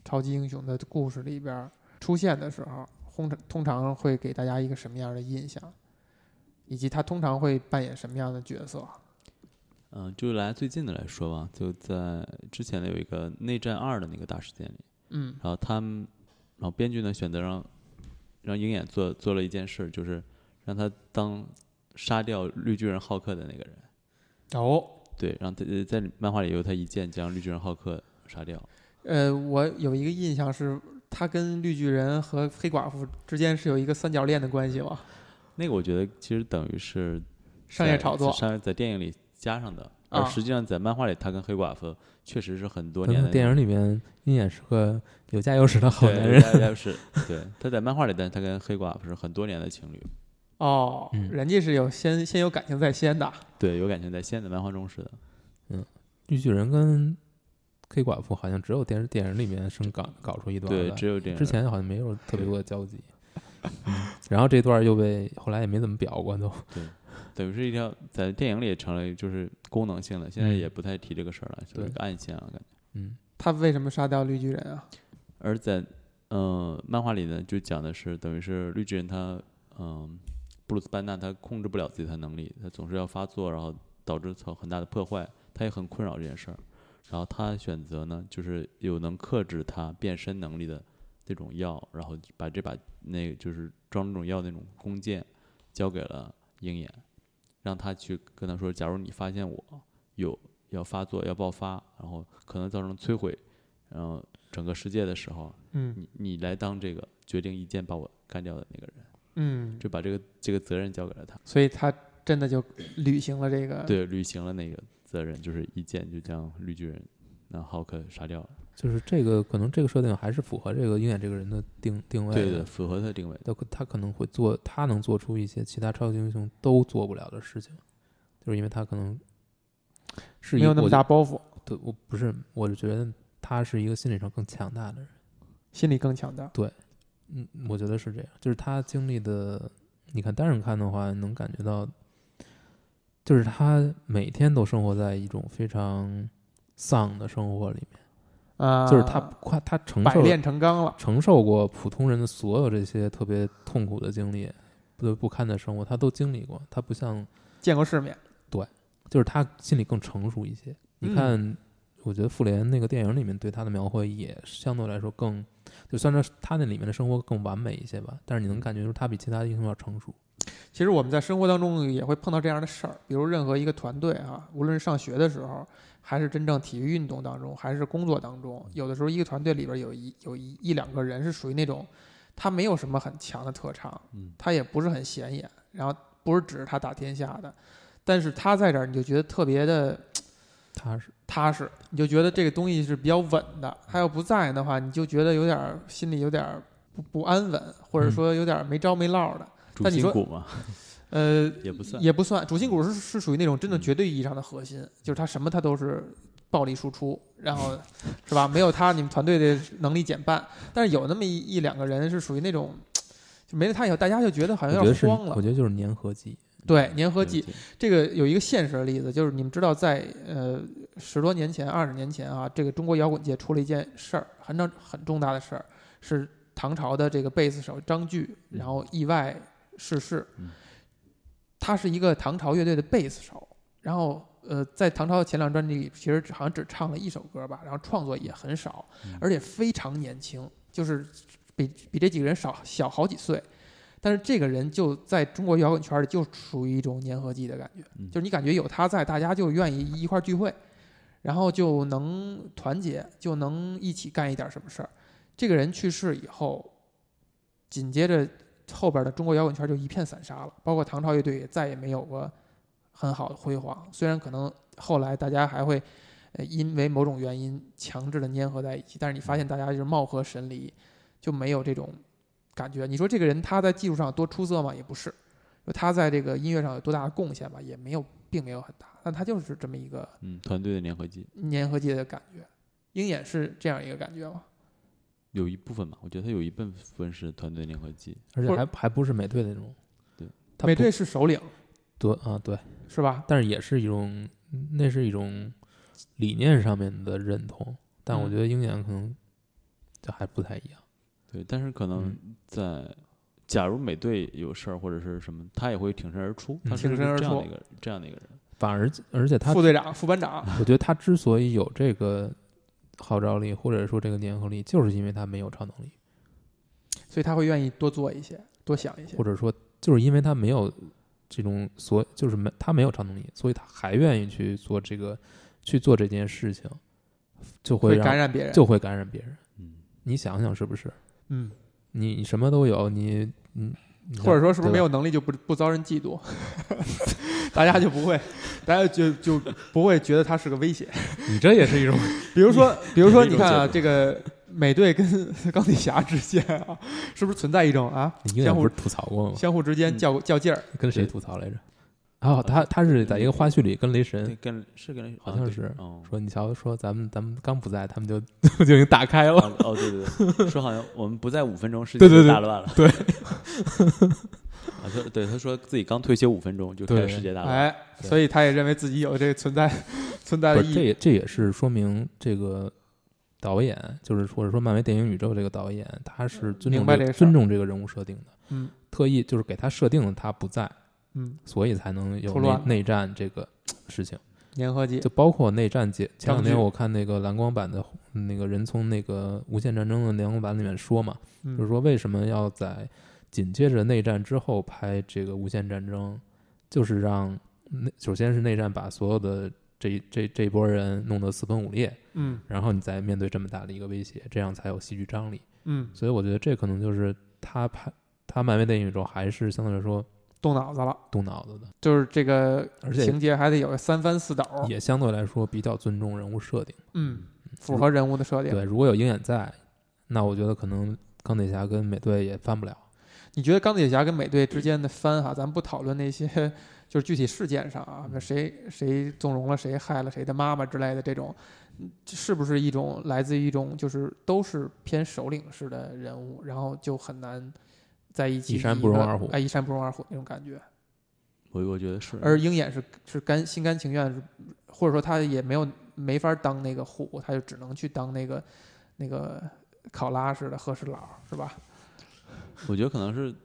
S1: 超级英雄的故事里边儿出现的时候，通常通常会给大家一个什么样的印象，以及他通常会扮演什么样的角色？啊
S3: 嗯、就来最近的来说吧，就在之前的有一个内战二的那个大事件里，
S1: 嗯
S3: 然后他们，然后编剧呢选择让让鹰眼做做了一件事，就是让他当杀掉绿巨人浩克的那个人，
S1: 哦，
S3: 对，让他呃在漫画里由他一剑将绿巨人浩克杀掉，
S1: 呃，我有一个印象是，他跟绿巨人和黑寡妇之间是有一个三角恋的关系吧？
S3: 那个我觉得其实等于是
S1: 商业
S3: 在
S1: 炒作
S3: 在商业在电影里加上的，
S1: 啊
S3: 而实际上在漫画里，他跟黑寡妇确实是很多
S2: 但
S3: 年
S2: 是
S3: 的
S2: 电影里面，鹰眼是个有家有室的好
S3: 对
S2: 男人。
S3: 大家是对他在漫画里，但是他跟黑寡妇是很多年的情侣，
S1: 哦，
S2: 嗯
S1: 人家是有先先有感情在先的，
S3: 对，有感情在现在漫画中是的，
S2: 绿巨人跟黑寡妇好像只有电视电影里面生搞搞出一段
S3: 对，
S2: 来
S3: 只有这样。
S2: 之前好像没有特别多的交集。嗯然后这段又被后来也没怎么表过都，
S3: 等于是一条在电影里也成了就是功能性的，现在
S2: 嗯
S3: 也不太提这个事儿了，就是
S2: 对
S3: 个暗线啊感觉。
S2: 嗯，
S1: 他为什么杀掉绿巨人啊？
S3: 而在嗯、呃漫画里呢，就讲的是等于是绿巨人他嗯、布鲁斯班纳他控制不了自己的能力，他总是要发作，然后导致很很大的破坏，他也很困扰这件事儿。然后他选择呢，就是有能克制他变身能力的这种药，然后把这把那个就是装这种药那种弓箭交给了鹰眼，让他去跟他说，假如你发现我有要发作要爆发，然后可能造成摧毁，然后整个世界的时候，
S1: 嗯
S3: 你你来当这个决定一剑把我干掉的那个人，
S1: 嗯，
S3: 就把这个这个责任交给了他，
S1: 所以他真的就履行了这个。，
S3: 对，履行了那个责任，就是一剑就将绿巨人那浩克杀掉了，
S2: 就是这个可能这个设定还是符合这个鹰眼这个人的定定位
S3: 对
S2: 的
S3: 的，，符合他定位的，
S2: 他可他可能会做，他能做出一些其他超级英雄都做不了的事情，就是因为他可能是一
S1: 没有那么
S2: 我觉
S1: 大包袱，
S2: 对，我不是，我是觉得他是一个心理上更强大的人。
S1: 心理更强大。
S2: 嗯，我觉得是这样，就是他经历的，你看单人看的话，能感觉到，就是他每天都生活在一种非常丧的生活里面，
S1: 啊，
S2: 就是他快他承
S1: 百
S2: 受
S1: 炼成钢了。
S2: 承受过普通人的所有这些特别痛苦的经历，不得不堪的生活，他都经历过，他不像
S1: 见过世面。
S2: 就是他心里更成熟一些。
S1: 嗯
S2: 你看，我觉得复联那个电影里面对他的描绘也相对来说更，就虽然说他那里面的生活更完美一些吧，但是你能感觉出他比其他英雄要成熟。
S1: 其实我们在生活当中也会碰到这样的事儿，比如任何一个团队啊，无论是上学的时候，还是真正体育运动当中，还是工作当中，有的时候一个团队里边有一有一一两个人是属于那种，他没有什么很强的特长，
S3: 嗯，
S1: 他也不是很显眼，然后不是指着他打天下的，但是他在这儿你就觉得特别的
S2: 踏实，
S1: 踏实，你就觉得这个东西是比较稳的。他要不在的话，你就觉得有点儿心里有点儿不不安稳，或
S2: 嗯
S1: 者说有点儿没着没落的。
S3: 主
S1: 但你
S3: 心
S1: 说
S3: 骨嘛，
S1: 呃，
S3: 也不算，
S1: 也不算主心骨是是属于那种真的
S3: 嗯
S1: 绝对意义上的核心，就是他什么他都是暴力输出，然后是吧？没有他，你们团队的能力减半。但是有那么一一两个人是属于那种，就没了他以后，大家就觉得好
S2: 我
S1: 像
S2: 觉
S1: 有点
S2: 得是，
S1: 慌了
S2: 我。觉得就是粘合剂。
S1: 对，粘合
S3: 对
S1: 剂
S3: 对
S1: 这个有一个现实的例子，就是你们知道在，呃十多年前、二十年前啊，这个中国摇滚界出了一件事儿，很重很重大的事儿，是唐朝的这个贝斯手张炬，
S3: 嗯
S1: 然后意外逝世
S3: 嗯。
S1: 他是一个唐朝乐队的贝斯手，然后呃，在唐朝的前两张专辑里，其实好像只唱了一首歌吧，然后创作也很少，
S3: 嗯
S1: 而且非常年轻，就是比比这几个人少小好几岁。但是这个人就在中国摇滚圈里就属于一种粘合剂的感觉，
S3: 嗯
S1: 就是你感觉有他在，大家就愿意一块儿聚会。然后就能团结，就能一起干一点什么事儿。这个人去世以后，紧接着后边的中国摇滚圈就一片散沙了，包括唐朝乐队也再也没有过很好的辉煌。虽然可能后来大家还会呃因为某种原因强制的粘合在一起，但是你发现大家就是貌合神离，就没有这种感觉。你说这个人他在技术上多出色吗？也不是，就他在这个音乐上有多大的贡献吧，也没有，并没有很大。但他就是这么一个
S3: 嗯，团队的粘合剂
S1: 粘合剂的感觉。鹰眼是这样一个感觉吗？
S3: 有一部分吧，我觉得它有一部分是团队粘合剂，
S2: 而
S1: 不
S2: 且
S1: 是
S2: 还还不是美队那种，
S3: 对，
S2: 他
S1: 美队是首领，
S2: 对啊对，
S1: 是吧？
S2: 但是也是一种，那是一种理念上面的认同，但我
S1: 嗯
S2: 觉得鹰眼可能就还不太一样，
S3: 对，但是可能
S1: 嗯
S3: 在假如美队有事儿或者是什么，他也会挺身而出，他是
S1: 嗯挺
S3: 一
S1: 身
S3: 个
S1: 而
S3: 这样
S1: 出
S3: 的一个这样的一个人，
S2: 反而而且他
S1: 副队长、副班长，
S2: 我觉得他之所以有这个号召力，或者说这个粘合力，就是因为他没有超能力，
S1: 所以他会愿意多做一些，多想一些
S2: 或。者说就是因为他没有这种所，就是没他没有超能力，所以他还愿意去做这个去做这件事情，就
S1: 会
S2: 让
S1: 感染别人。
S2: 就会感染别人。
S3: 嗯，
S2: 你想想是不是？
S1: 嗯，
S2: 你什么都有，你嗯，你
S1: 或者说是不是没
S2: 对吧
S1: 有能力就不不遭人嫉妒， [LAUGHS] 大家就不会，大家就就不会觉得他是个威胁。 [LAUGHS]
S2: 你这也是一种
S1: 比如
S2: [LAUGHS]
S1: 说，比如说，
S3: 你
S1: 你看啊，
S3: 有一种
S1: 这个美队跟 [LAUGHS] 钢铁侠之间啊，是不是存在一种啊
S2: 你
S1: 相
S2: 永远
S1: 互
S2: 不是吐槽过吗？
S1: 相互之间
S2: 嗯
S1: 较较劲儿？
S2: 跟谁
S3: 对
S2: 吐槽来着？哦，他他是在一个花絮里跟雷神
S3: 对，跟是跟
S2: 好
S3: 啊
S2: 像
S3: 对
S2: 是
S3: 哦
S2: 说你瞧，说咱们咱们刚不在，他们就 [LAUGHS] 就已经打开
S1: [LAUGHS]
S2: 了。
S3: 哦哦对对对，说好像我们不在五分钟，世
S2: 对
S3: 界
S2: 对
S3: 就
S2: 对
S3: 大乱了，
S2: 对
S3: [LAUGHS] 啊，他对他说自己刚退休五分钟就开
S2: 对
S3: 始世界大乱，
S1: 哎，
S2: 啊对
S1: 所以他也认为自己有这个存在存在
S2: 不
S1: 的
S2: 是
S1: 意
S2: 这
S1: 义。
S2: 也这也是说明这个导演，就是或者说漫威电影宇宙这个导演，他是尊
S1: 明
S2: 重
S1: 白
S2: 嗯这
S1: 这
S2: 个
S1: 个事儿
S2: 尊重这个人物设定的，
S1: 嗯
S2: 特意就是给他设定了他不在，
S1: 嗯，
S2: 所以才能有
S1: 出
S2: 内
S1: 乱
S2: 内战这个事情。
S1: 粘合剂
S2: 就包括内战解，前
S1: 当
S2: 两天
S1: 局
S2: 我看那个蓝光版的那个人从那个《无限战争》的蓝光版里面说嘛，
S1: 嗯
S2: 就是说为什么要在紧接着内战之后拍这个《无限战争》，就是让内首先是内战把所有的这一这这一波人弄得四分五裂，
S1: 嗯
S2: 然后你再面对这么大的一个威胁，这样才有戏剧张力。
S1: 嗯，
S2: 所以我觉得这可能就是他拍他漫威电影中还是相对来说
S1: 动脑子了，
S2: 动脑子的，
S1: 就是这个
S2: 而且
S1: 情节还得有个三番四倒，
S2: 也相对来说比较尊重人物设定。
S1: 嗯，符合人物的设定。
S2: 对，如果有鹰眼在，那我觉得可能钢铁侠跟美队也翻不了。
S1: 你觉得钢铁侠跟美队之间的翻哈，咱不讨论那些 [LAUGHS] 就是具体事件上
S2: 嗯
S1: 啊，那谁谁纵容了谁，害了谁的妈妈之类的这种，嗯是不是一种来自于一种就是都是偏首领式的人物，然后就很难在一起
S2: 一山
S1: 以
S2: 不容
S1: 一个
S2: 二虎
S1: 哎，一山不容二虎那种感觉。
S3: 我我觉得是，
S1: 而鹰眼是是甘心甘情愿，是或者说他也没有没法当那个虎，他就只能去当那个那个考拉似的和事佬，是吧？
S3: 我觉得可能是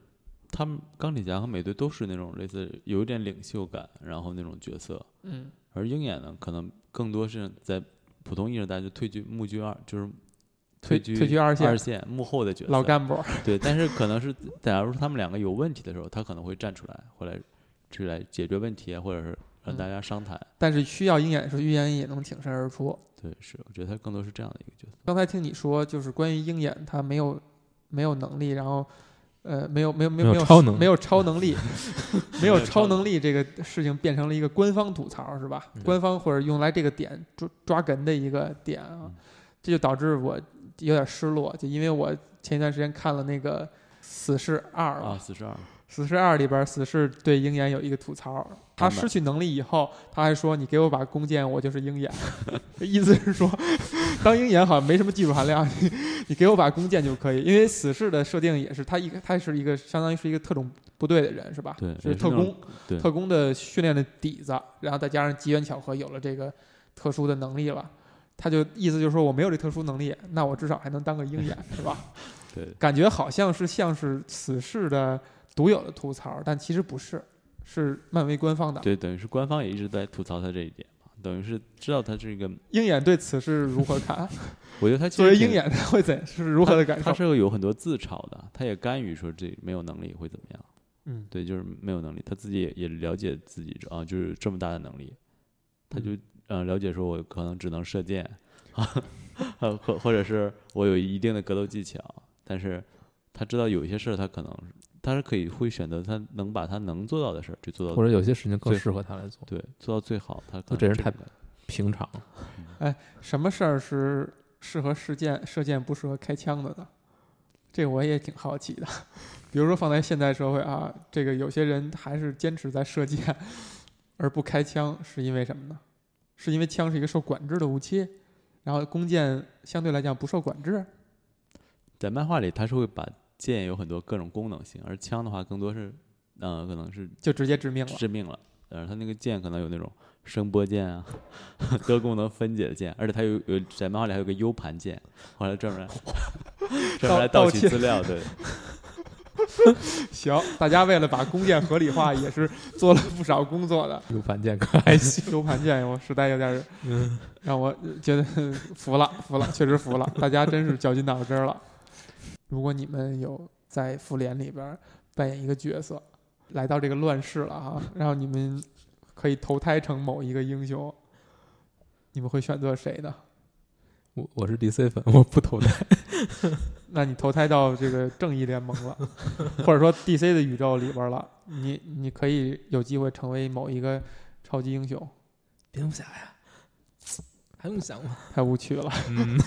S3: 他们钢铁侠和美队都是那种类似有一点领袖感，然后那种角色，
S1: 嗯
S3: 而鹰眼呢，可能更多是在普通意义上大家就退居幕居二，就是
S1: 退
S3: 居
S1: 退居二线
S3: 二线幕后的角色，
S1: 老干部，
S3: 对，但是可能是假如说他们两个有问题的时候，他可能会站出来，会来去来解决问题，啊或者是让大家商谈。
S1: 但是需要鹰眼是鹰眼也能挺身而出。
S3: 对，是，我觉得他更多是这样的一个角色。
S1: 刚才听你说，就是关于鹰眼他没有没有能力，然后呃没有没有没
S2: 没有
S1: 没有
S2: 超能
S1: 没有超能力，没有
S3: 没有超
S1: 超能力这个事情变成了一个官方吐槽是吧
S2: 嗯？
S1: 官方或者用来这个点抓抓梗的一个点啊
S3: 嗯，
S1: 这就导致我有点失落，就因为我前一段时间看了那个《死侍二》
S3: 啊，四十二，
S1: 死侍二里边，死侍对鹰眼有一个吐槽，他失去能力以后，他还说：“你给我把弓箭，我就是鹰眼。” [LAUGHS] 意思是说，当鹰眼好像没什么技术含量， [LAUGHS] 你你给我把弓箭就可以。因为死侍的设定也是他一个，他是一个相当于是一个特种部队的人，是吧？
S3: 对
S1: 是
S3: 也是
S1: 特
S3: 那种
S1: 工，
S3: 对
S1: 特工的训练的底子，然后再加上机缘巧合有了这个特殊的能力了，他就意思就是说我没有这特殊能力，那我至少还能当个鹰眼，是吧？
S3: 对，
S1: 感觉好像是像是此事的独有的吐槽，但其实不是，是漫威官方的。
S3: 对，等于是官方也一直在吐槽他这一点嘛，等于是知道他这个，
S1: 鹰眼对此事如何
S3: [LAUGHS]
S1: 看？ [LAUGHS]
S3: 我觉得他其
S1: 作为
S3: 实挺
S1: 鹰，眼，他会怎是如何的感
S3: 他
S1: 受？
S3: 是有很多自嘲的，他也甘于说这没有能力会怎么样。
S1: 嗯，嗯
S3: 对，就是没有能力，他自己也也了解自己啊，就是这么大的能力，他就、嗯了解说我可能只能射箭， [LAUGHS] 或或者是我有一定的格斗技巧，但是他知道有一些事儿他可能他是可以会选择他能把他能做到的事儿去做
S2: 或
S3: 到，
S2: 者有些事情更
S3: 对
S2: 适合他来做。
S3: 对，做到最好。他可
S2: 都
S3: 能
S2: 真是
S3: 这
S2: 太
S3: 个
S2: 平常
S1: 什么事儿是适合射箭，射箭不适合开枪的呢？这个我也挺好奇的。比如说放在现代社会啊，这个有些人还是坚持在射箭 [LAUGHS] 而不开枪，是因为什么呢？是因为枪是一个受管制的武器，然后弓箭相对来讲不受管制。
S3: 在漫画里，他是会把剑有很多各种功能性，而枪的话更多是，嗯、可能是
S1: 就直接致命了。
S3: 致命了。呃，它那个剑可能有那种声波剑啊， [LAUGHS] 多功能分解的剑，而且它有有在漫画里还有个 U 盘剑，后来专门来专门来
S1: 盗
S3: 盗
S1: 盗
S3: 取
S1: 窃
S3: 资料，对，
S1: 行，大家为了把弓箭合理化，也是做了不少工作的。
S2: 有反健可还行。
S1: U 盘键我实在有点儿让我觉得服了，服了，确实服了，大家真是绞尽脑汁儿了。如果你们有在复联里边儿扮演一个角色，来到这个乱世了哈、然后你们可以投胎成某一个英雄，你们会选择谁呢？
S2: 我我是 DC 粉，我不投胎。
S1: 那你投胎到这个正义联盟
S2: [LAUGHS]
S1: 了，或者说 DC 的宇宙里边儿了，你你可以有机会成为某一个超级英雄，
S2: [LAUGHS] 蝙蝠侠呀，还用想吗？
S1: 太无趣了，
S2: 嗯，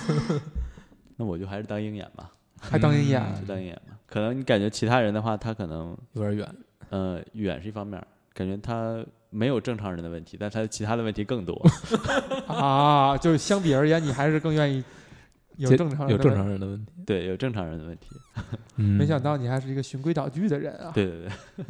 S3: 那我就还是当鹰眼吧，
S1: 还当鹰眼。
S2: 嗯
S3: 就当鹰眼吧。可能你感觉其他人的话，他可能
S2: 有点远。
S3: 呃远是一方面儿，感觉他没有正常人的问题，但他其他的问题更多。 [LAUGHS]
S2: 嗯
S1: 啊，就是相比而言，你还是更愿意有
S2: 接
S1: 正常人
S2: 有
S1: 的
S2: 正
S1: 问
S2: 常人的问题。
S3: 对，有正常人的问题。
S2: 嗯
S1: 没想到你还是一个循规蹈矩的人啊！
S3: 对对对，